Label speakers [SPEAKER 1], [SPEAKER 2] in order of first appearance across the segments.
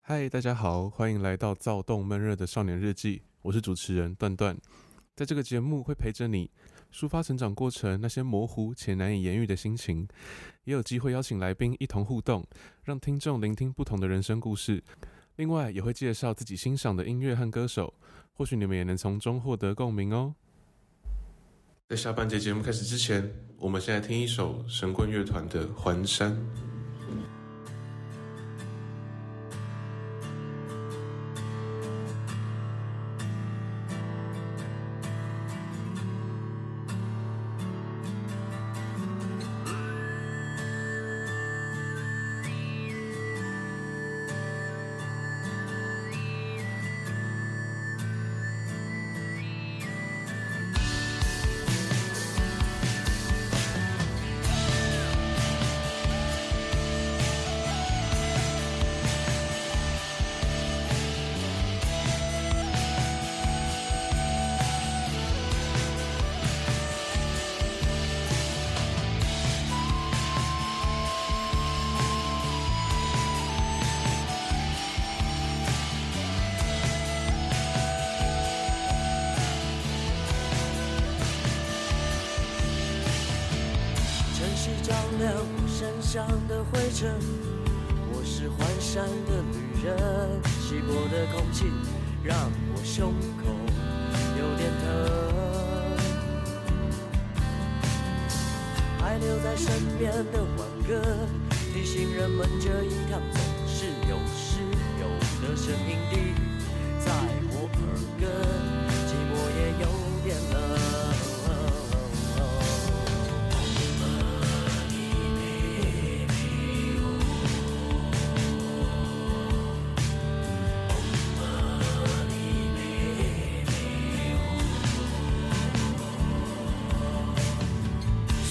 [SPEAKER 1] 嗨，大家好，欢迎来到躁动闷热的少年日记，我是主持人段段。在这个节目会陪着你抒发成长过程那些模糊且难以言喻的心情，也有机会邀请来宾一同互动，让听众聆听不同的人生故事。另外，也会介绍自己欣赏的音乐和歌手，或许你们也能从中获得共鸣哦。在下半节节目开始之前，我们先来听一首神棍乐团的《环山》。
[SPEAKER 2] 城市照亮我身上的灰尘，我是环山的旅人，稀薄的空气让我胸口有点疼。还留在身边的挽歌，提醒人们这一趟总是有失有的声音滴在我耳根，寂寞也有点冷。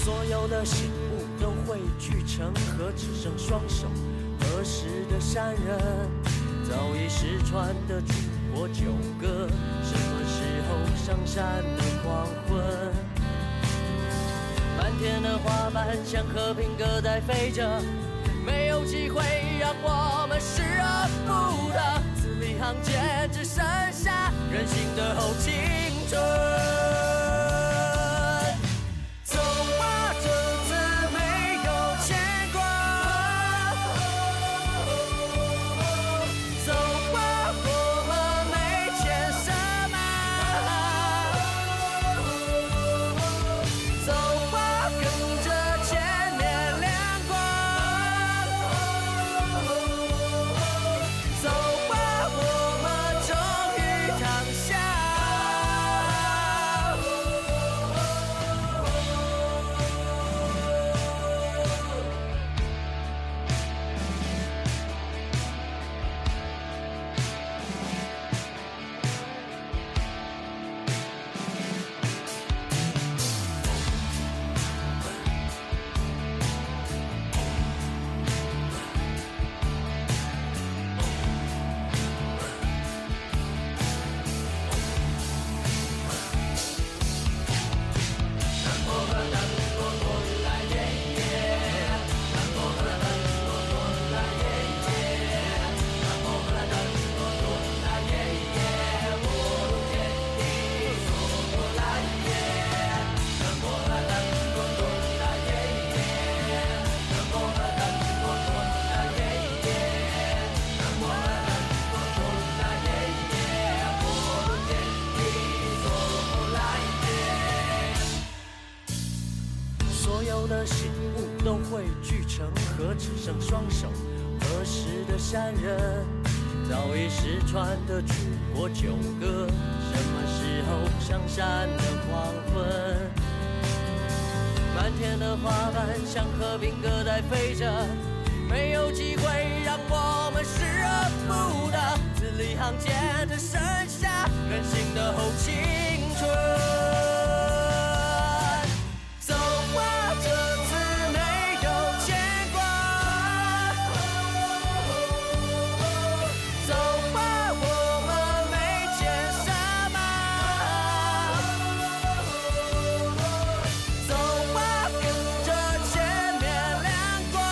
[SPEAKER 2] 所有的信物都汇聚成河，只剩双手合十的山人，早已失传的楚国九歌，什么时候上山的黄昏？漫天的花瓣像和平鸽在飞着，没有机会让我们视而不得，字里行间只剩下任性的后青春。走吧，种子没有牵挂。走吧，我们没欠什么。走吧，跟着前面亮光。走吧，我们终于躺下。所有的信物都汇聚成河，只剩双手合十的山人，早已失传的楚国九歌，什么时候上山的黄昏？漫天的花瓣像和平鸽在飞着，没有机会让我们视而不得，字里行间只剩下任性的后青春。走吧，这次没有牵挂。走吧，我们没欠什么。走吧，跟着前面亮光。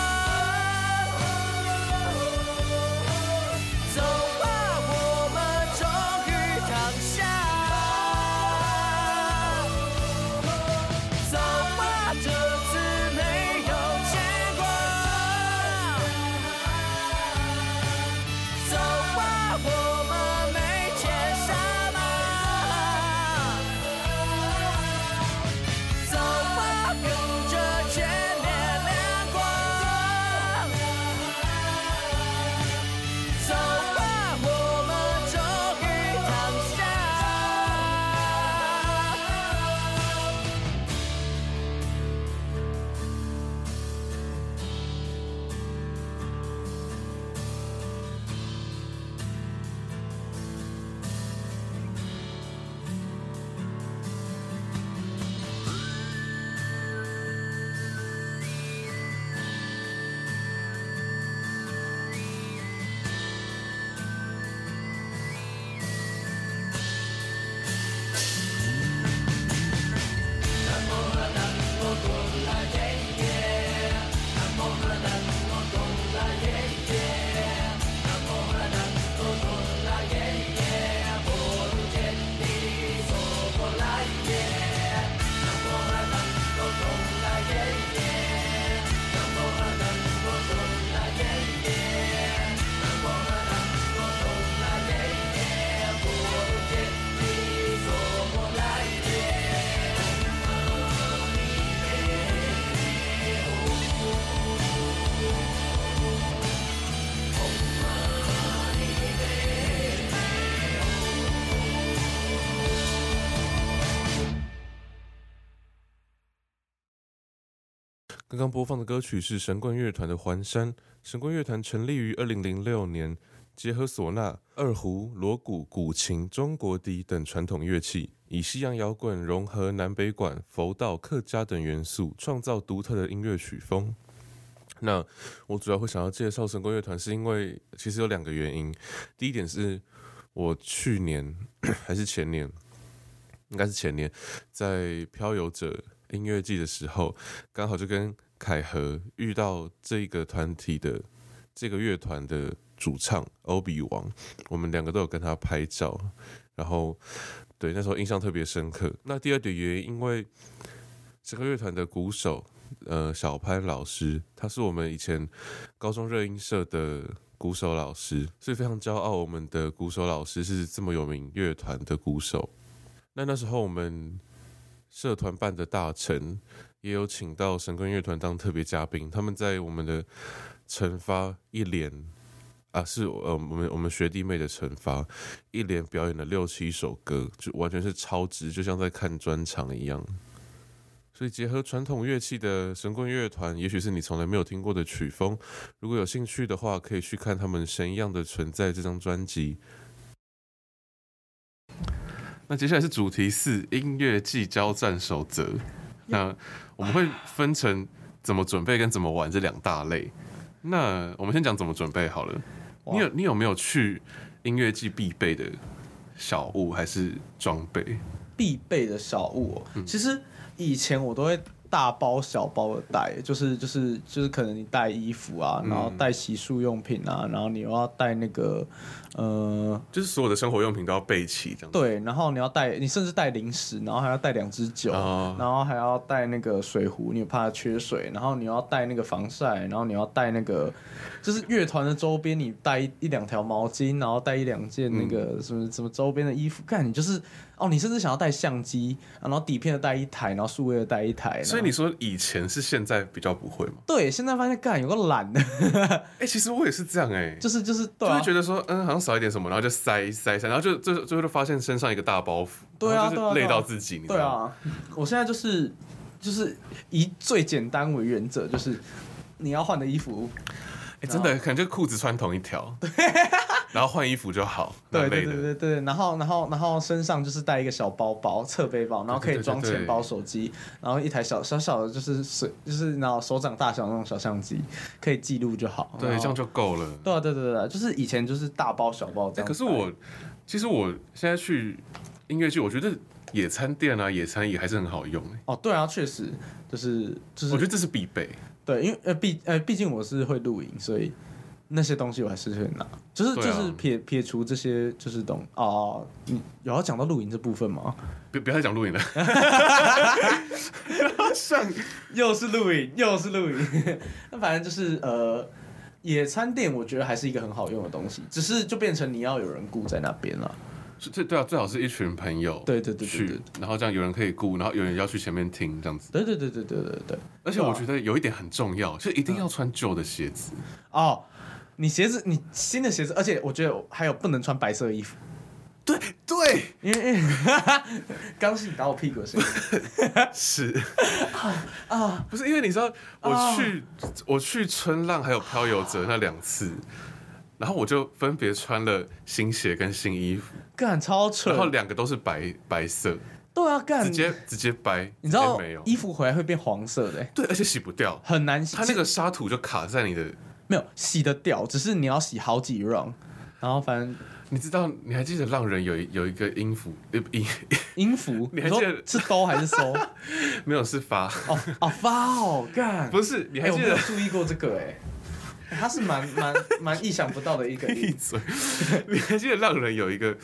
[SPEAKER 2] 走
[SPEAKER 1] 刚刚播放的歌曲是神棍乐团的《环山》。神棍乐团成立于二零零六年，结合唢呐、二胡、锣鼓、古琴、中国笛等传统乐器，以西洋摇滚融合南北管、佛道、客家等元素，创造独特的音乐曲风。那我主要会想要介绍神棍乐团，是因为其实有两个原因。第一点是我去年还是前年，应该是前年，在《漂游者》音乐季的时候，刚好就跟凯和遇到这个团体的这个乐团的主唱欧比王，我们两个都有跟他拍照，然后对那时候印象特别深刻。那第二点原因，因为整个乐团的鼓手呃小潘老师，他是我们以前高中热音社的。鼓手老师，所以非常骄傲，我们的鼓手老师是这么有名乐团的鼓手。那那时候我们社团办的大成也有请到神棍乐团当特别嘉宾，他们在我们的惩罚一连啊，是呃我们我们学弟妹的惩罚一连表演了六七首歌，就完全是超值，就像在看专场一样。所以结合传统乐器的神棍乐团，也许是你从来没有听过的曲风。如果有兴趣的话，可以去看他们《神一样的存在》这张专辑。那接下来是主题四：音乐季交战守则。那我们会分成怎么准备跟怎么玩这两大类。那我们先讲怎么准备好了。你有你有没有去音乐季必备的小物还是装备？
[SPEAKER 3] 必备的小物、哦。其实以前我都会大包小包的带，就是就是就是可能你带衣服啊，然后带洗漱用品啊，然后你又要带那个呃
[SPEAKER 1] 就是所有的生活用品都要备齐，这样子。
[SPEAKER 3] 对，啊然后你要带，你甚至带零食，然后还要带两支酒，
[SPEAKER 1] 哦
[SPEAKER 3] 然后还要带那个水壶，你怕缺水，然后你要带那个防晒，然后你要带那个，就是乐团的周边，你带一一两条毛巾，然后带一两件那个
[SPEAKER 1] 嗯
[SPEAKER 3] 什么、什么周边的衣服，干你就是哦，你甚至想要带相机，然后底片的带一台，然后数位的带一台，
[SPEAKER 1] 所以
[SPEAKER 3] 然后
[SPEAKER 1] 你说以前是现在比较不会吗？
[SPEAKER 3] 对，现在发现干有个懒的，
[SPEAKER 1] 哎、其实我也是这样哎、
[SPEAKER 3] 就是就是对
[SPEAKER 1] 就
[SPEAKER 3] 啊
[SPEAKER 1] 会，觉得说，嗯，好像少一点什么，然后就塞塞塞，然后就最最后就发现身上一个大包袱，
[SPEAKER 3] 对啊
[SPEAKER 1] 然后
[SPEAKER 3] 对啊
[SPEAKER 1] 就是
[SPEAKER 3] 对啊
[SPEAKER 1] 累到自己，你知
[SPEAKER 3] 对
[SPEAKER 1] 道吗？
[SPEAKER 3] 啊， 我现在就是就是以最简单为原则，就是你要换的衣服，
[SPEAKER 1] 哎，真的，可能就裤子穿同一条，然后换衣服就好，那
[SPEAKER 3] 对对
[SPEAKER 1] 类
[SPEAKER 3] 对
[SPEAKER 1] 的。
[SPEAKER 3] 对对，然后然后然后身上就是带一个小包包、侧背包，然后可以装钱包、
[SPEAKER 1] 对对对对
[SPEAKER 3] 手机，然后一台小小小的就是水，就是然后手掌大小那种小相机，可以记录就好。
[SPEAKER 1] 对，
[SPEAKER 3] 然后
[SPEAKER 1] 这样就够了。
[SPEAKER 3] 对啊对对对对，就是以前就是大包小包这
[SPEAKER 1] 哎，
[SPEAKER 3] 样。
[SPEAKER 1] 可是我其实我现在去音乐剧，我觉得野餐垫啊、野餐椅还是很好用、哎，
[SPEAKER 3] 哦，对啊，确实就是就
[SPEAKER 1] 我觉得
[SPEAKER 3] 是
[SPEAKER 1] 这是必备。
[SPEAKER 3] 对，因为呃毕呃毕竟我是会露营，所以那些东西我还是会拿，就是、
[SPEAKER 1] 对
[SPEAKER 3] 就
[SPEAKER 1] 啊
[SPEAKER 3] 是撇撇除这些就是东哦，你有要讲到露营这部分吗？
[SPEAKER 1] 别不要再讲露营了， 上
[SPEAKER 3] 又是露营，又是露营。 那反正就是呃，野餐垫我觉得还是一个很好用的东西，只是就变成你要有人雇在那边了。
[SPEAKER 1] 最对啊，最好是一群朋友
[SPEAKER 3] 对对对对对
[SPEAKER 1] 去，然后这样有人可以顾，然后有人要去前面听这样子。
[SPEAKER 3] 对对对对对对对。
[SPEAKER 1] 而且
[SPEAKER 3] 对啊嗯
[SPEAKER 1] 我觉得有一点很重要，就一定要穿旧的鞋子。
[SPEAKER 3] 哦，你鞋子，你新的鞋子，而且我觉得还有不能穿白色的衣服，
[SPEAKER 1] 对对，
[SPEAKER 3] 因为 因为刚是你打我屁股的声音。
[SPEAKER 1] 是啊，不是因为你知道，我去我去春浪还有漂游者那两次，然后我就分别穿了新鞋跟新衣服，
[SPEAKER 3] 干超
[SPEAKER 1] 然后
[SPEAKER 3] 蠢，
[SPEAKER 1] 两个都是白白色，
[SPEAKER 3] 对啊，干
[SPEAKER 1] 直接直接白，
[SPEAKER 3] 你知道
[SPEAKER 1] 直接没有，
[SPEAKER 3] 衣服回来会变黄色的、欸
[SPEAKER 1] 对，而且洗不掉，
[SPEAKER 3] 很难洗。
[SPEAKER 1] 它那个沙土就卡在你的，
[SPEAKER 3] 没有洗得掉，只是你要洗好几 round，然后反正
[SPEAKER 1] 你知道？你还记得浪人有一有一个音符，呃，不音
[SPEAKER 3] 音符，
[SPEAKER 1] 你
[SPEAKER 3] 你
[SPEAKER 1] 还
[SPEAKER 3] 说
[SPEAKER 1] 记得
[SPEAKER 3] 是兜还是收？
[SPEAKER 1] 没有是发，
[SPEAKER 3] 哦哦，发哦，干，
[SPEAKER 1] 不是？你
[SPEAKER 3] 哎，
[SPEAKER 1] 还
[SPEAKER 3] 我
[SPEAKER 1] 记
[SPEAKER 3] 没有
[SPEAKER 1] 得？
[SPEAKER 3] 注意过这个哎、它 是蛮蛮蛮意想不到的一个
[SPEAKER 1] 闭
[SPEAKER 3] 音
[SPEAKER 1] 嘴！你还记得浪人有一个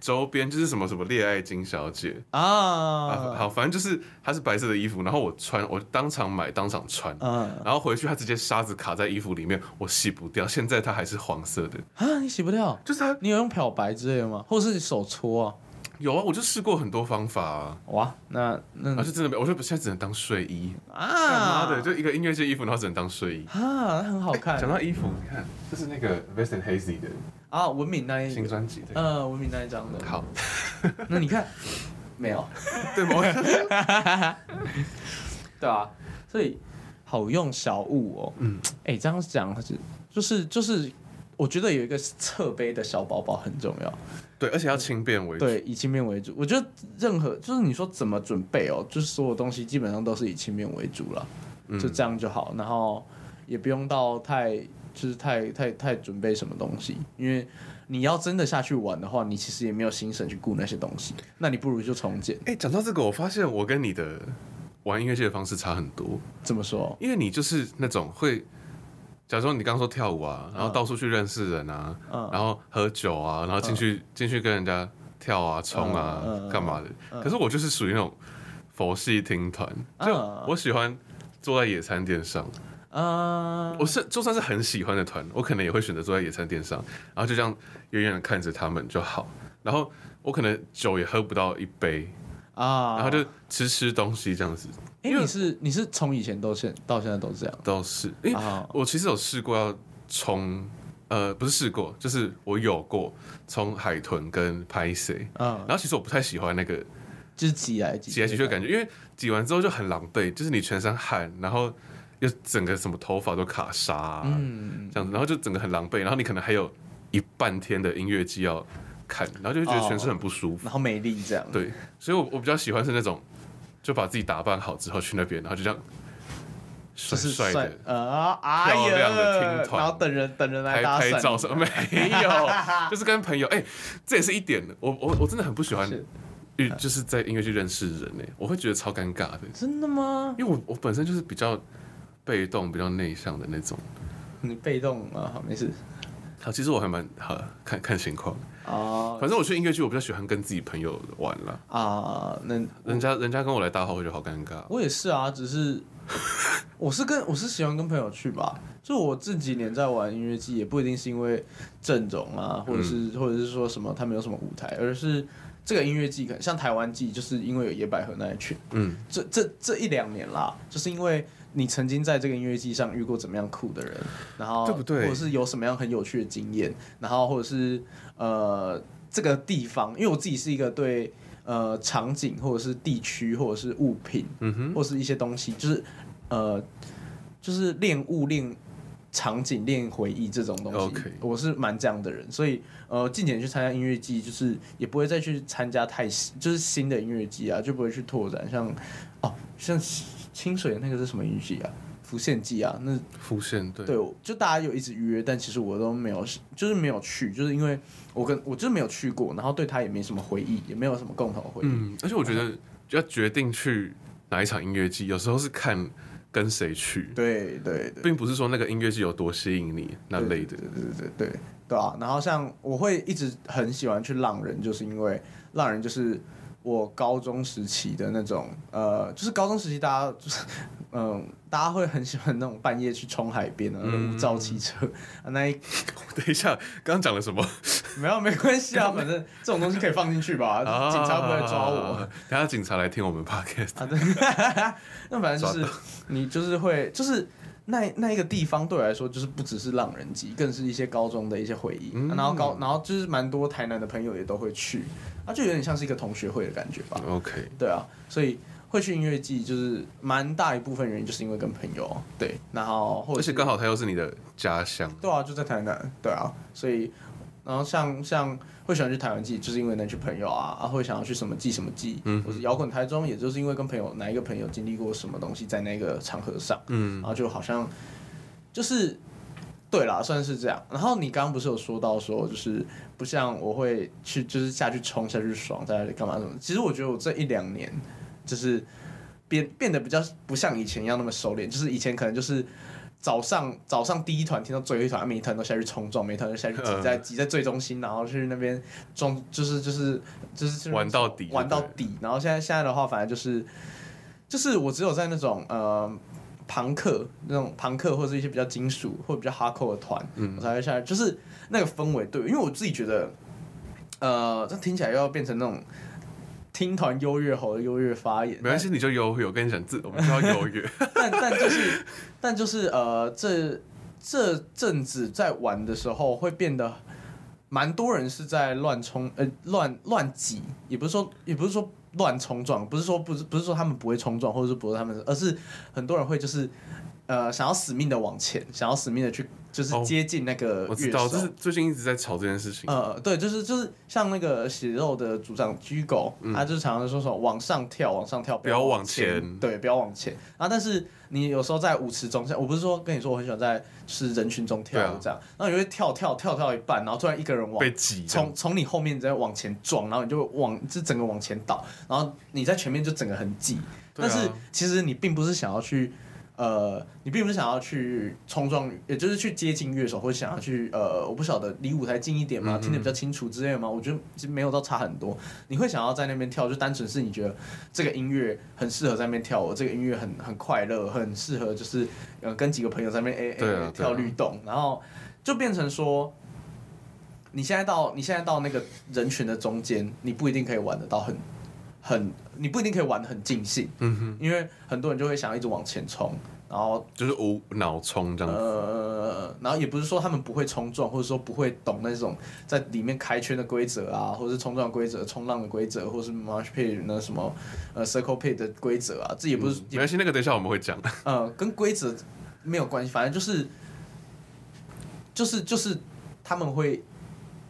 [SPEAKER 1] 周边，就是什么什么恋爱金小姐啊？
[SPEAKER 3] 啊，
[SPEAKER 1] 好，反正就是她是白色的衣服，然后我穿，我当场买，当场穿。
[SPEAKER 3] 嗯
[SPEAKER 1] 然后回去，她直接沙子卡在衣服里面，我洗不掉。现在它还是黄色的，
[SPEAKER 3] 啊，你洗不掉，
[SPEAKER 1] 就是它
[SPEAKER 3] 你有用漂白之类的吗？或是手搓啊？
[SPEAKER 1] 有啊，我就试过很多方法啊，
[SPEAKER 3] 哇，那那
[SPEAKER 1] 然后就真的没有，我就现在只能当睡衣。干
[SPEAKER 3] 啊
[SPEAKER 1] 妈的，就一个音乐界衣服，然后只能当睡衣。
[SPEAKER 3] 啊，那很好看
[SPEAKER 1] 讲到衣服，你看，这是那个 Vincent Hazy 的
[SPEAKER 3] 啊，文敏那一
[SPEAKER 1] 新
[SPEAKER 3] 个，
[SPEAKER 1] 专辑。对
[SPEAKER 3] 嗯，文敏那一张的，
[SPEAKER 1] 好，
[SPEAKER 3] 那你看没有？
[SPEAKER 1] 对吗？ 我
[SPEAKER 3] 对啊，所以好用小物哦。嗯
[SPEAKER 1] 嗯，
[SPEAKER 3] 哎、这样讲就是就是就是，我觉得有一个侧背的小包包很重要。
[SPEAKER 1] 对，而且要轻便为主。
[SPEAKER 3] 对，以轻便为主。我觉得任何就是你说怎么准备哦，就是所有东西基本上都是以轻便为主了，
[SPEAKER 1] 嗯
[SPEAKER 3] 就这样就好。然后也不用到太就是太太太准备什么东西，因为你要真的下去玩的话，你其实也没有心神去顾那些东西，那你不如就重建。
[SPEAKER 1] 哎，讲到这个，我发现我跟你的玩音乐界的方式差很多，
[SPEAKER 3] 怎么说？
[SPEAKER 1] 因为你就是那种会。假如说你刚刚说跳舞啊，然后到处去认识人啊，
[SPEAKER 3] 嗯
[SPEAKER 1] 然后喝酒啊，然后进去、进去跟人家跳啊、冲啊、
[SPEAKER 3] 嗯嗯嗯
[SPEAKER 1] 干嘛的、可是我就是属于那种佛系听团，就
[SPEAKER 3] 嗯
[SPEAKER 1] 我喜欢坐在野餐垫上，
[SPEAKER 3] 啊、
[SPEAKER 1] 我是就算是很喜欢的团，我可能也会选择坐在野餐垫上，然后就这样远远的看着他们就好。然后我可能酒也喝不到一杯，
[SPEAKER 3] 啊，
[SPEAKER 1] 然后就吃吃东西这样子，
[SPEAKER 3] 哎、你是你是从以前到现到现在都这样
[SPEAKER 1] 倒是因为
[SPEAKER 3] 啊
[SPEAKER 1] 我其实有试过要冲，呃，不是试过，就是我有过冲海豚跟拍谁，
[SPEAKER 3] 啊
[SPEAKER 1] 然，后其实我不太喜欢那个
[SPEAKER 3] 就是挤来挤
[SPEAKER 1] 挤来挤去的感觉，因为挤完之后就很狼狈，就是你全身汗，然后又整个什么头发都卡沙、啊
[SPEAKER 3] 嗯，
[SPEAKER 1] 这样子，然后就整个很狼狈，然后你可能还有一半天的音乐季要看，然后就会觉得全身很不舒服。
[SPEAKER 3] 然后美丽这样，
[SPEAKER 1] 对，所以我我比较喜欢是那种，就把自己打扮好之后去那边，然后就这样
[SPEAKER 3] 就
[SPEAKER 1] 帅
[SPEAKER 3] 是
[SPEAKER 1] 帅的
[SPEAKER 3] 呃，哎呀，
[SPEAKER 1] 漂亮的听团
[SPEAKER 3] 然后等人等人来
[SPEAKER 1] 拍
[SPEAKER 3] 搭
[SPEAKER 1] 拍
[SPEAKER 3] 讪，
[SPEAKER 1] 照什么没有，就是跟朋友哎、这也是一点。我我我真的很不喜欢
[SPEAKER 3] 是
[SPEAKER 1] 遇，就是在音乐剧认识人哎、我会觉得超尴尬的，
[SPEAKER 3] 真的吗？
[SPEAKER 1] 因为我我本身就是比较被动、比较内向的那种。
[SPEAKER 3] 你被动啊，好没事
[SPEAKER 1] 好，其实我还蛮好看看情况。
[SPEAKER 3] 啊
[SPEAKER 1] 反正我去音乐剧，我比较喜欢跟自己朋友玩啦。
[SPEAKER 3] 啊，那
[SPEAKER 1] 人家人家跟我来搭话，我觉得好尴尬。哦
[SPEAKER 3] 我也是啊，只是我是跟我是喜欢跟朋友去吧。就我这几年在玩音乐季，也不一定是因为阵容
[SPEAKER 1] 嗯
[SPEAKER 3] 啊，或者是、或者是说什么他们有什么舞台，而是这个音乐季可能像台湾季，就是因为有野百合那一群，
[SPEAKER 1] 嗯，
[SPEAKER 3] 这这这一两年啦，就是因为你曾经在这个音乐季上遇过怎么样酷的人，然后
[SPEAKER 1] 对不对
[SPEAKER 3] 或者是有什么样很有趣的经验，然后或者是呃这个地方，因为我自己是一个对呃场景或者是地区或者是物品，
[SPEAKER 1] 嗯哼，
[SPEAKER 3] 或是一些东西，就是呃就是恋物恋。场景恋回忆这种东西
[SPEAKER 1] OK
[SPEAKER 3] 我是蛮这样的人，所以呃，近几年去参加音乐季，就是也不会再去参加太新就是新的音乐季啊，就不会去拓展像哦，像清水那个是什么音乐季啊？浮现季啊，那
[SPEAKER 1] 浮现对，
[SPEAKER 3] 对，我就大家有一直约，但其实我都没有，就是没有去，就是因为我跟我就是没有去过，然后对他也没什么回忆，也没有什么共同回忆。
[SPEAKER 1] 嗯，而且我觉得要决定去哪一场音乐季，有时候是看跟谁去，
[SPEAKER 3] 对对对，
[SPEAKER 1] 并不是说那个音乐季有多吸引你那类的。
[SPEAKER 3] 对对对对对对啊！然后像我会一直很喜欢去浪人，就是因为浪人就是我高中时期的那种，呃，就是高中时期大家就是。嗯，大家会很喜欢那种半夜去冲海边的啊那种无照汽车，啊那一
[SPEAKER 1] 等一下，刚刚讲了什么？
[SPEAKER 3] 没有没关系啊，反正这种东西可以放进去吧，呃警察不会抓我。
[SPEAKER 1] 啊。等下警察来听我们 podcast，
[SPEAKER 3] 啊，对，那反正就是你就是会就是那那一个地方对我来说就是不只是浪人集，更是一些高中的一些回忆。
[SPEAKER 1] 嗯
[SPEAKER 3] 然后高然后就是蛮多台南的朋友也都会去，啊，就有点像是一个同学会的感觉吧。
[SPEAKER 1] OK，
[SPEAKER 3] 对啊，所以会去音乐季就是蛮大一部分原因就是因为跟朋友对，然后或者
[SPEAKER 1] 而
[SPEAKER 3] 是
[SPEAKER 1] 且刚好他又是你的家乡，
[SPEAKER 3] 对啊，就在台南，对啊，所以然后像像会喜欢去台湾记，就是因为能去朋友啊，啊会想要去什么记什么记，
[SPEAKER 1] 嗯
[SPEAKER 3] 或者摇滚台中，也就是因为跟朋友哪一个朋友经历过什么东西在那个场合上，
[SPEAKER 1] 嗯
[SPEAKER 3] 然后就好像就是。对啦，算是这样。然后你刚刚不是有说到说，就是不像我会去，就是下去冲、下去爽、下去干嘛什么？其实我觉得我这一两年就是变变得比较不像以前一样那么收敛，就是以前可能就是。早上早上第一团听到最后一团，每一团都下去冲撞，每一团都下去挤在挤在最中心，然后去那边装，就是就是就是去那边
[SPEAKER 1] 玩到底就
[SPEAKER 3] 玩到
[SPEAKER 1] 对了
[SPEAKER 3] 底。然后现在现在的话，反正就是就是我只有在那种呃朋克那种朋克或者一些比较金属或者比较 hardcore 的团，
[SPEAKER 1] 嗯
[SPEAKER 3] 我才会下来，就是那个氛围对，因为我自己觉得，呃，这听起来又要变成那种听团优越吼的优越发言，
[SPEAKER 1] 没关系，你就优越。我跟你讲，自我们就要优 越。
[SPEAKER 3] 但但就是，但就是呃，这这阵子在玩的时候，会变得蛮多人是在乱冲，呃，乱乱挤，也不是说也不是说乱冲撞，不是说不是不是说他们不会冲撞，或者是不是他们，而是很多人会就是呃想要死命的往前，想要死命的去就是
[SPEAKER 1] 哦
[SPEAKER 3] 接近那个
[SPEAKER 1] 我知
[SPEAKER 3] 乐
[SPEAKER 1] 道，
[SPEAKER 3] 手
[SPEAKER 1] 就是最近一直在吵这件事情。
[SPEAKER 3] 呃，对，就是就是像那个血肉的组长居狗，他就是常常说什么往上跳，往上跳，
[SPEAKER 1] 嗯不要往
[SPEAKER 3] 前，
[SPEAKER 1] 前
[SPEAKER 3] 对，不要往前。然后但是你有时候在舞池中，像我不是说跟你说我很喜欢在是人群中跳
[SPEAKER 1] 对啊
[SPEAKER 3] 舞这样，然后你会跳跳跳跳一半，然后突然一个人往
[SPEAKER 1] 被挤这样
[SPEAKER 3] 从从你后面再往前撞，然后你就往就整个往前倒，然后你在前面就整个很挤，
[SPEAKER 1] 对啊
[SPEAKER 3] 但是其实你并不是想要去。呃，你并不是想要去冲撞，也就是去接近乐手，或者想要去呃，我不晓得离舞台近一点
[SPEAKER 1] 嗯
[SPEAKER 3] 嘛，听得比较清楚之类的嘛。我觉得其实没有到差很多。你会想要在那边跳，就单纯是你觉得这个音乐很适合在那边跳舞，这个音乐很很快乐，很适合就是呃跟几个朋友在那边哎
[SPEAKER 1] 对啊
[SPEAKER 3] 哎
[SPEAKER 1] 对啊
[SPEAKER 3] 跳律动，然后就变成说，你现在到你现在到那个人群的中间，你不一定可以玩得到很很，你不一定可以玩得很尽兴，
[SPEAKER 1] 嗯哼，
[SPEAKER 3] 因为很多人就会想要一直往前冲，然后
[SPEAKER 1] 就是无脑冲这样子。
[SPEAKER 3] 呃，然后也不是说他们不会冲撞，或者说不会懂那种在里面开圈的规则啊，或者是冲撞规则、冲浪的规则，或是 marsh pit 那什么呃 circle pit 的规则啊，这也不是、
[SPEAKER 1] 嗯没关系，那个等一下我们会讲。
[SPEAKER 3] 呃，跟规则没有关系，反正就是，就是就是他们会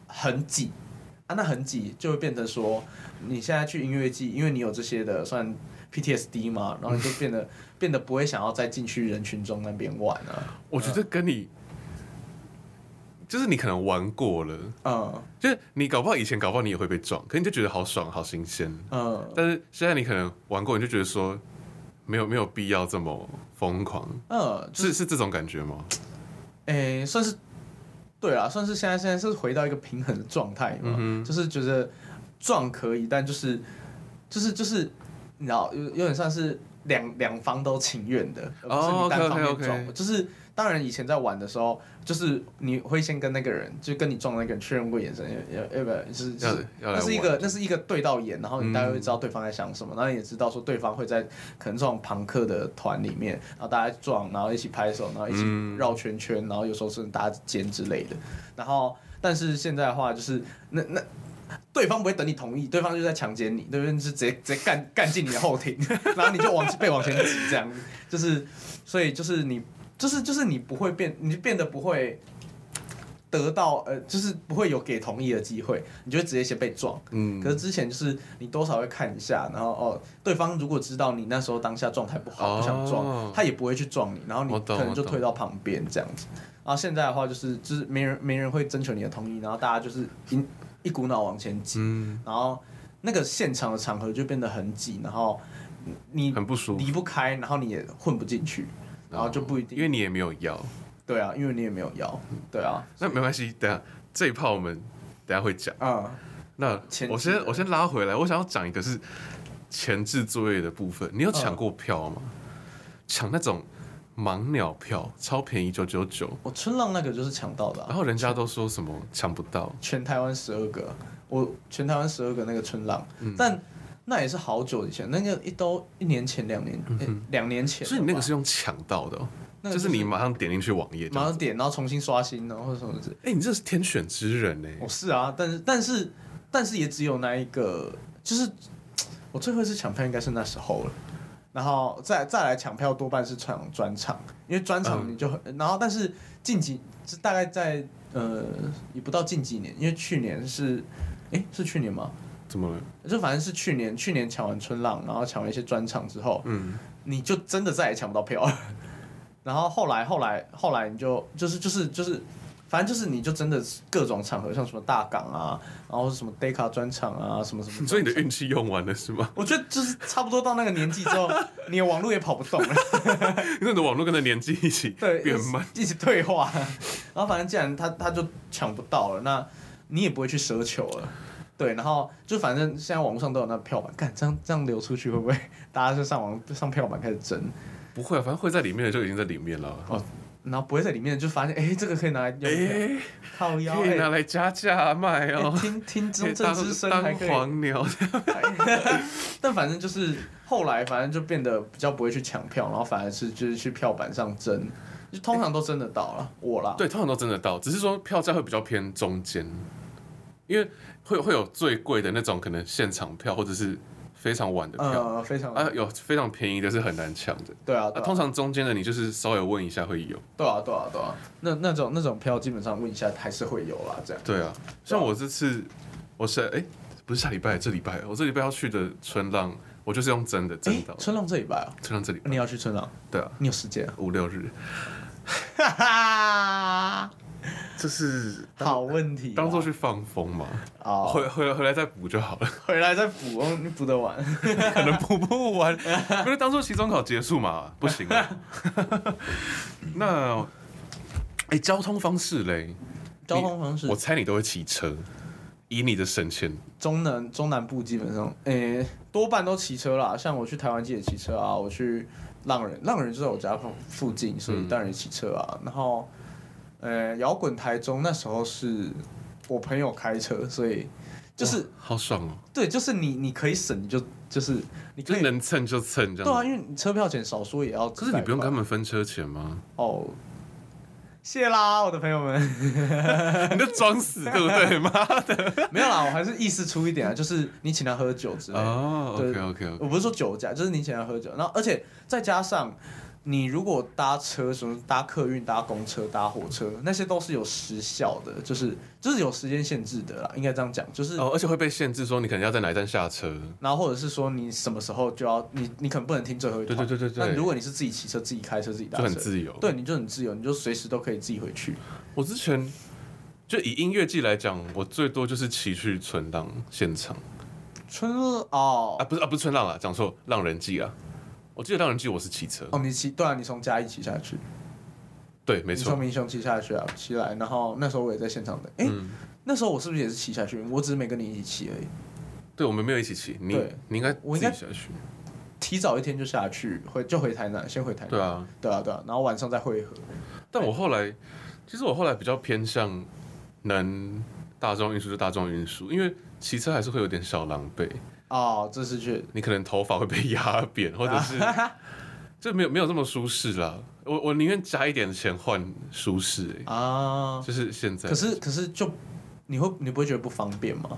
[SPEAKER 3] 很挤啊，那很挤就会变成说，你现在去音乐季，因为你有这些的算 PTSD 嘛，然后你就变得变得不会想要再进去人群中那边玩啊了，
[SPEAKER 1] 我觉得跟你，就是你可能玩过了，
[SPEAKER 3] 嗯
[SPEAKER 1] 就是你搞不好以前搞不好你也会被撞，可你就觉得好爽、好新鲜。
[SPEAKER 3] 嗯
[SPEAKER 1] 但是现在你可能玩过，你就觉得说没有没有必要这么疯狂，
[SPEAKER 3] 嗯，就是
[SPEAKER 1] 是是这种感觉吗？
[SPEAKER 3] 诶、算是对啦，算是现在现在是回到一个平衡的状态嘛，
[SPEAKER 1] 嗯哼
[SPEAKER 3] 就是觉得撞可以，但就是就是就是你知道，有有点像是两两方都情愿的，而不是
[SPEAKER 1] 哦
[SPEAKER 3] 你单方面
[SPEAKER 1] OK，OK，OK
[SPEAKER 3] 撞。就是当然以前在玩的时候，就是你会先跟那个人，就跟你撞的那个人确认过眼神，要要要不要，就是就
[SPEAKER 1] 要
[SPEAKER 3] 是。
[SPEAKER 1] 要来
[SPEAKER 3] 那
[SPEAKER 1] 玩
[SPEAKER 3] 是一个，那是一个对到眼，然后你大概会知道对方在想什么，然后也知道说对方会在可能这种朋克的团里面，然后大家撞，然后一起拍手，然后一起
[SPEAKER 1] 嗯
[SPEAKER 3] 绕圈圈，然后有时候甚至搭肩之类的。然后，但是现在的话就是，那那对方不会等你同意，对方就在强奸你，对方就是直接直接干干进你的后庭， 然后你就往被往前挤这样子，就是所以就是你就是就是你不会变，你就变得不会。得到呃，就是不会有给同意的机会，你就会直接先被撞。
[SPEAKER 1] 嗯
[SPEAKER 3] 可是之前就是你多少会看一下，然后哦，对方如果知道你那时候当下状态不好，
[SPEAKER 1] 哦
[SPEAKER 3] 不想撞，他也不会去撞你，然后
[SPEAKER 1] 我
[SPEAKER 3] 你
[SPEAKER 1] 懂
[SPEAKER 3] 可能就
[SPEAKER 1] 我懂
[SPEAKER 3] 退到旁边这样子。然后现在的话就是就是没人没人会征求你的同意，然后大家就是一一股脑往前挤，
[SPEAKER 1] 嗯，
[SPEAKER 3] 然后那个现场的场合就变得很挤，然后你
[SPEAKER 1] 很不舒服，哦
[SPEAKER 3] 离不开，然后你也混不进去，然哦后就不一定，
[SPEAKER 1] 因为你也没有要。
[SPEAKER 3] 对啊，因为你也没有腰，对啊，
[SPEAKER 1] 那没关系，等一下这一炮我们等一下会讲。
[SPEAKER 3] 嗯
[SPEAKER 1] 那
[SPEAKER 3] 前
[SPEAKER 1] 我
[SPEAKER 3] 置的
[SPEAKER 1] 先我先拉回来，我想要讲一个是前置作业的部分。你有抢过票吗？抢、那种盲鸟票，超便宜九九九，
[SPEAKER 3] 我春浪那个就是抢到的、
[SPEAKER 1] 然
[SPEAKER 3] 啊，
[SPEAKER 1] 后人家都说什么抢不到，
[SPEAKER 3] 全台湾十二个，我全台湾十二个那个春浪，
[SPEAKER 1] 嗯
[SPEAKER 3] 但那也是好久以前，那个一都一年前两年，诶两、年前
[SPEAKER 1] 嗯
[SPEAKER 3] 了吧，
[SPEAKER 1] 所以你那个是用抢到的、哦，
[SPEAKER 3] 那个
[SPEAKER 1] 就
[SPEAKER 3] 就是
[SPEAKER 1] 你马上点进去网页这
[SPEAKER 3] 马
[SPEAKER 1] 样
[SPEAKER 3] 上
[SPEAKER 1] 子。
[SPEAKER 3] 点，然后重新刷新，然后或者什么之类，
[SPEAKER 1] 哎、你这是天选之人哎呢、
[SPEAKER 3] 我、是啊，但是但是但是也只有那一个，就是我最后一次抢票应该是那时候了。然后再再来抢票，多半是抢专场，因为专场
[SPEAKER 1] 嗯
[SPEAKER 3] 你就很，然后但是近几是大概在呃也不到近几年，因为去年是，诶，是去年吗？
[SPEAKER 1] 怎么了？
[SPEAKER 3] 就反正是去年，去年抢完春浪，然后抢完一些专场之后，
[SPEAKER 1] 嗯，
[SPEAKER 3] 你就真的再也抢不到票了， 然后后来后来后来你就就是就是就是，反正就是你就真的是各种场合，像什么大港啊，然后是什么 Deca 专场啊，什么什么。
[SPEAKER 1] 所以你的运气用完了是吗？
[SPEAKER 3] 我觉得就是差不多到那个年纪之后，你的网络也跑不动了。
[SPEAKER 1] 因为你的网络跟着年纪一起
[SPEAKER 3] 对，
[SPEAKER 1] 变慢，
[SPEAKER 3] 一起，一起退化。 然后反正既然他他就抢不到了，那你也不会去奢求了。对，然后就反正现在网络上都有那票版，看这样这样流出去会 不会大家就上网上票版开始争，
[SPEAKER 1] 不会啊，反正会在里面的就已经在里面了。
[SPEAKER 3] 然后不会在里面就发现，哎，这个可以拿来用票，
[SPEAKER 1] 哎，
[SPEAKER 3] 靠腰，
[SPEAKER 1] 可以拿
[SPEAKER 3] 哎，
[SPEAKER 1] 来加价卖
[SPEAKER 3] 哎
[SPEAKER 1] 哦，
[SPEAKER 3] 听听
[SPEAKER 1] 可
[SPEAKER 3] 中
[SPEAKER 1] 以
[SPEAKER 3] 正
[SPEAKER 1] 当
[SPEAKER 3] 之声还
[SPEAKER 1] 当
[SPEAKER 3] 可以，
[SPEAKER 1] 黄牛，
[SPEAKER 3] 但反正就是后来反正就变得比较不会去抢票，然后反而是就是去票版上争，就通常都争得到了，我啦，
[SPEAKER 1] 对，通常都真的到，只是说票价会比较偏中间，因为会会有最贵的那种可能现场票或者是非常晚的票，
[SPEAKER 3] 呃，非常
[SPEAKER 1] 啊，有非常便宜的是很难抢的。
[SPEAKER 3] 对啊，
[SPEAKER 1] 啊，
[SPEAKER 3] 对啊
[SPEAKER 1] 通常中间的你就是稍微问一下会有，
[SPEAKER 3] 对啊，对啊，对啊，那那种那种票基本上问一下还是会有啦，这样。
[SPEAKER 1] 对啊，像我这次我是哎、不是下礼拜，这礼拜我这礼拜要去的春浪，我就是用真的真
[SPEAKER 3] 哎
[SPEAKER 1] 到，的
[SPEAKER 3] 春浪这礼拜啊，
[SPEAKER 1] 春浪这礼拜，
[SPEAKER 3] 你要去春浪，
[SPEAKER 1] 对啊，
[SPEAKER 3] 你有时间啊？
[SPEAKER 1] 五六日，
[SPEAKER 3] 哈哈，
[SPEAKER 1] 这是
[SPEAKER 3] 好问题啊，
[SPEAKER 1] 当做去放风嘛，
[SPEAKER 3] 哦，
[SPEAKER 1] 回回来回来再补就 好了，
[SPEAKER 3] 回来再补，哦，你补得完。
[SPEAKER 1] 可能补不完，不是当做期中考结束嘛，不行啊。 那哎、交通方式嘞，
[SPEAKER 3] 交通方式
[SPEAKER 1] 我，猜你都会骑车，以你的省钱，
[SPEAKER 3] 中南中南部基本上，诶、多半都骑车啦。像我去台湾记也骑车啊，我去浪人，浪人就在我家附附近，所
[SPEAKER 1] 嗯
[SPEAKER 3] 以当然也骑车啊。然后，呃，摇滚台中那时候是我朋友开车，所以就是
[SPEAKER 1] 好爽哦。
[SPEAKER 3] 对，就是你你可以省，你就就是你
[SPEAKER 1] 就
[SPEAKER 3] 可
[SPEAKER 1] 是
[SPEAKER 3] 以
[SPEAKER 1] 能蹭就蹭这
[SPEAKER 3] 对啊，
[SPEAKER 1] 样。
[SPEAKER 3] 因为你车票钱少说也要，
[SPEAKER 1] 可是你不用跟他
[SPEAKER 3] 嘛。
[SPEAKER 1] 们分车钱吗？
[SPEAKER 3] 哦。谢啦，我的朋友们，
[SPEAKER 1] 你就装死对不对吗？
[SPEAKER 3] 没有啦，我还是意思出一点啊，就是你请他喝酒之类 的，
[SPEAKER 1] 哦
[SPEAKER 3] 对
[SPEAKER 1] ，OK OK OK，
[SPEAKER 3] 我不是说酒驾，就是你请他喝酒，然后而且再加上你如果搭车，什么搭客运、搭公车、搭火车，那些都是有时效的，就是就是有时间限制的啦，应该这样讲，就是
[SPEAKER 1] 哦，而且会被限制说你可能要在哪一站下车。
[SPEAKER 3] 然后或者是说你什么时候就要你你可能不能听最后一
[SPEAKER 1] 对
[SPEAKER 3] 段，
[SPEAKER 1] 对对对对
[SPEAKER 3] 那如果你是自己骑车、自己开车、自己搭
[SPEAKER 1] 就
[SPEAKER 3] 车，
[SPEAKER 1] 很自由
[SPEAKER 3] 对，你就很自由，你就随时都可以自己回去。
[SPEAKER 1] 我之前就以音乐季来讲，我最多就是骑去春浪现场
[SPEAKER 3] 春哦
[SPEAKER 1] 啊，不是啊，不是春浪啊，讲错，浪人季啊。我记得浪人季我是骑车，
[SPEAKER 3] 哦，你骑对啊，你从嘉义骑下去，
[SPEAKER 1] 对，没
[SPEAKER 3] 你从
[SPEAKER 1] 错，
[SPEAKER 3] 民雄骑下去啊，骑来，然后那时候我也在现场的，哎、
[SPEAKER 1] 嗯
[SPEAKER 3] 那时候我是不是也是骑下去？我只是没跟你一起骑而已，
[SPEAKER 1] 对我们没有一起骑，你
[SPEAKER 3] 对
[SPEAKER 1] 你应该
[SPEAKER 3] 我应该
[SPEAKER 1] 自己下去，
[SPEAKER 3] 提早一天就下去，回就回台南，先回台南，
[SPEAKER 1] 对啊。
[SPEAKER 3] 对啊对啊，然后晚上再汇合，
[SPEAKER 1] 但我后来，其实我后来比较偏向能大众运输就大众运输，因为骑车还是会有点小狼狈。
[SPEAKER 3] 哦，这是去
[SPEAKER 1] 你可能头发会被 压扁，或者 是就没有没有这么舒适啦。我我宁愿加一点钱换舒适、欸，
[SPEAKER 3] 啊，
[SPEAKER 1] 就是现在。
[SPEAKER 3] 可是可是就你会你不会觉得不方便吗？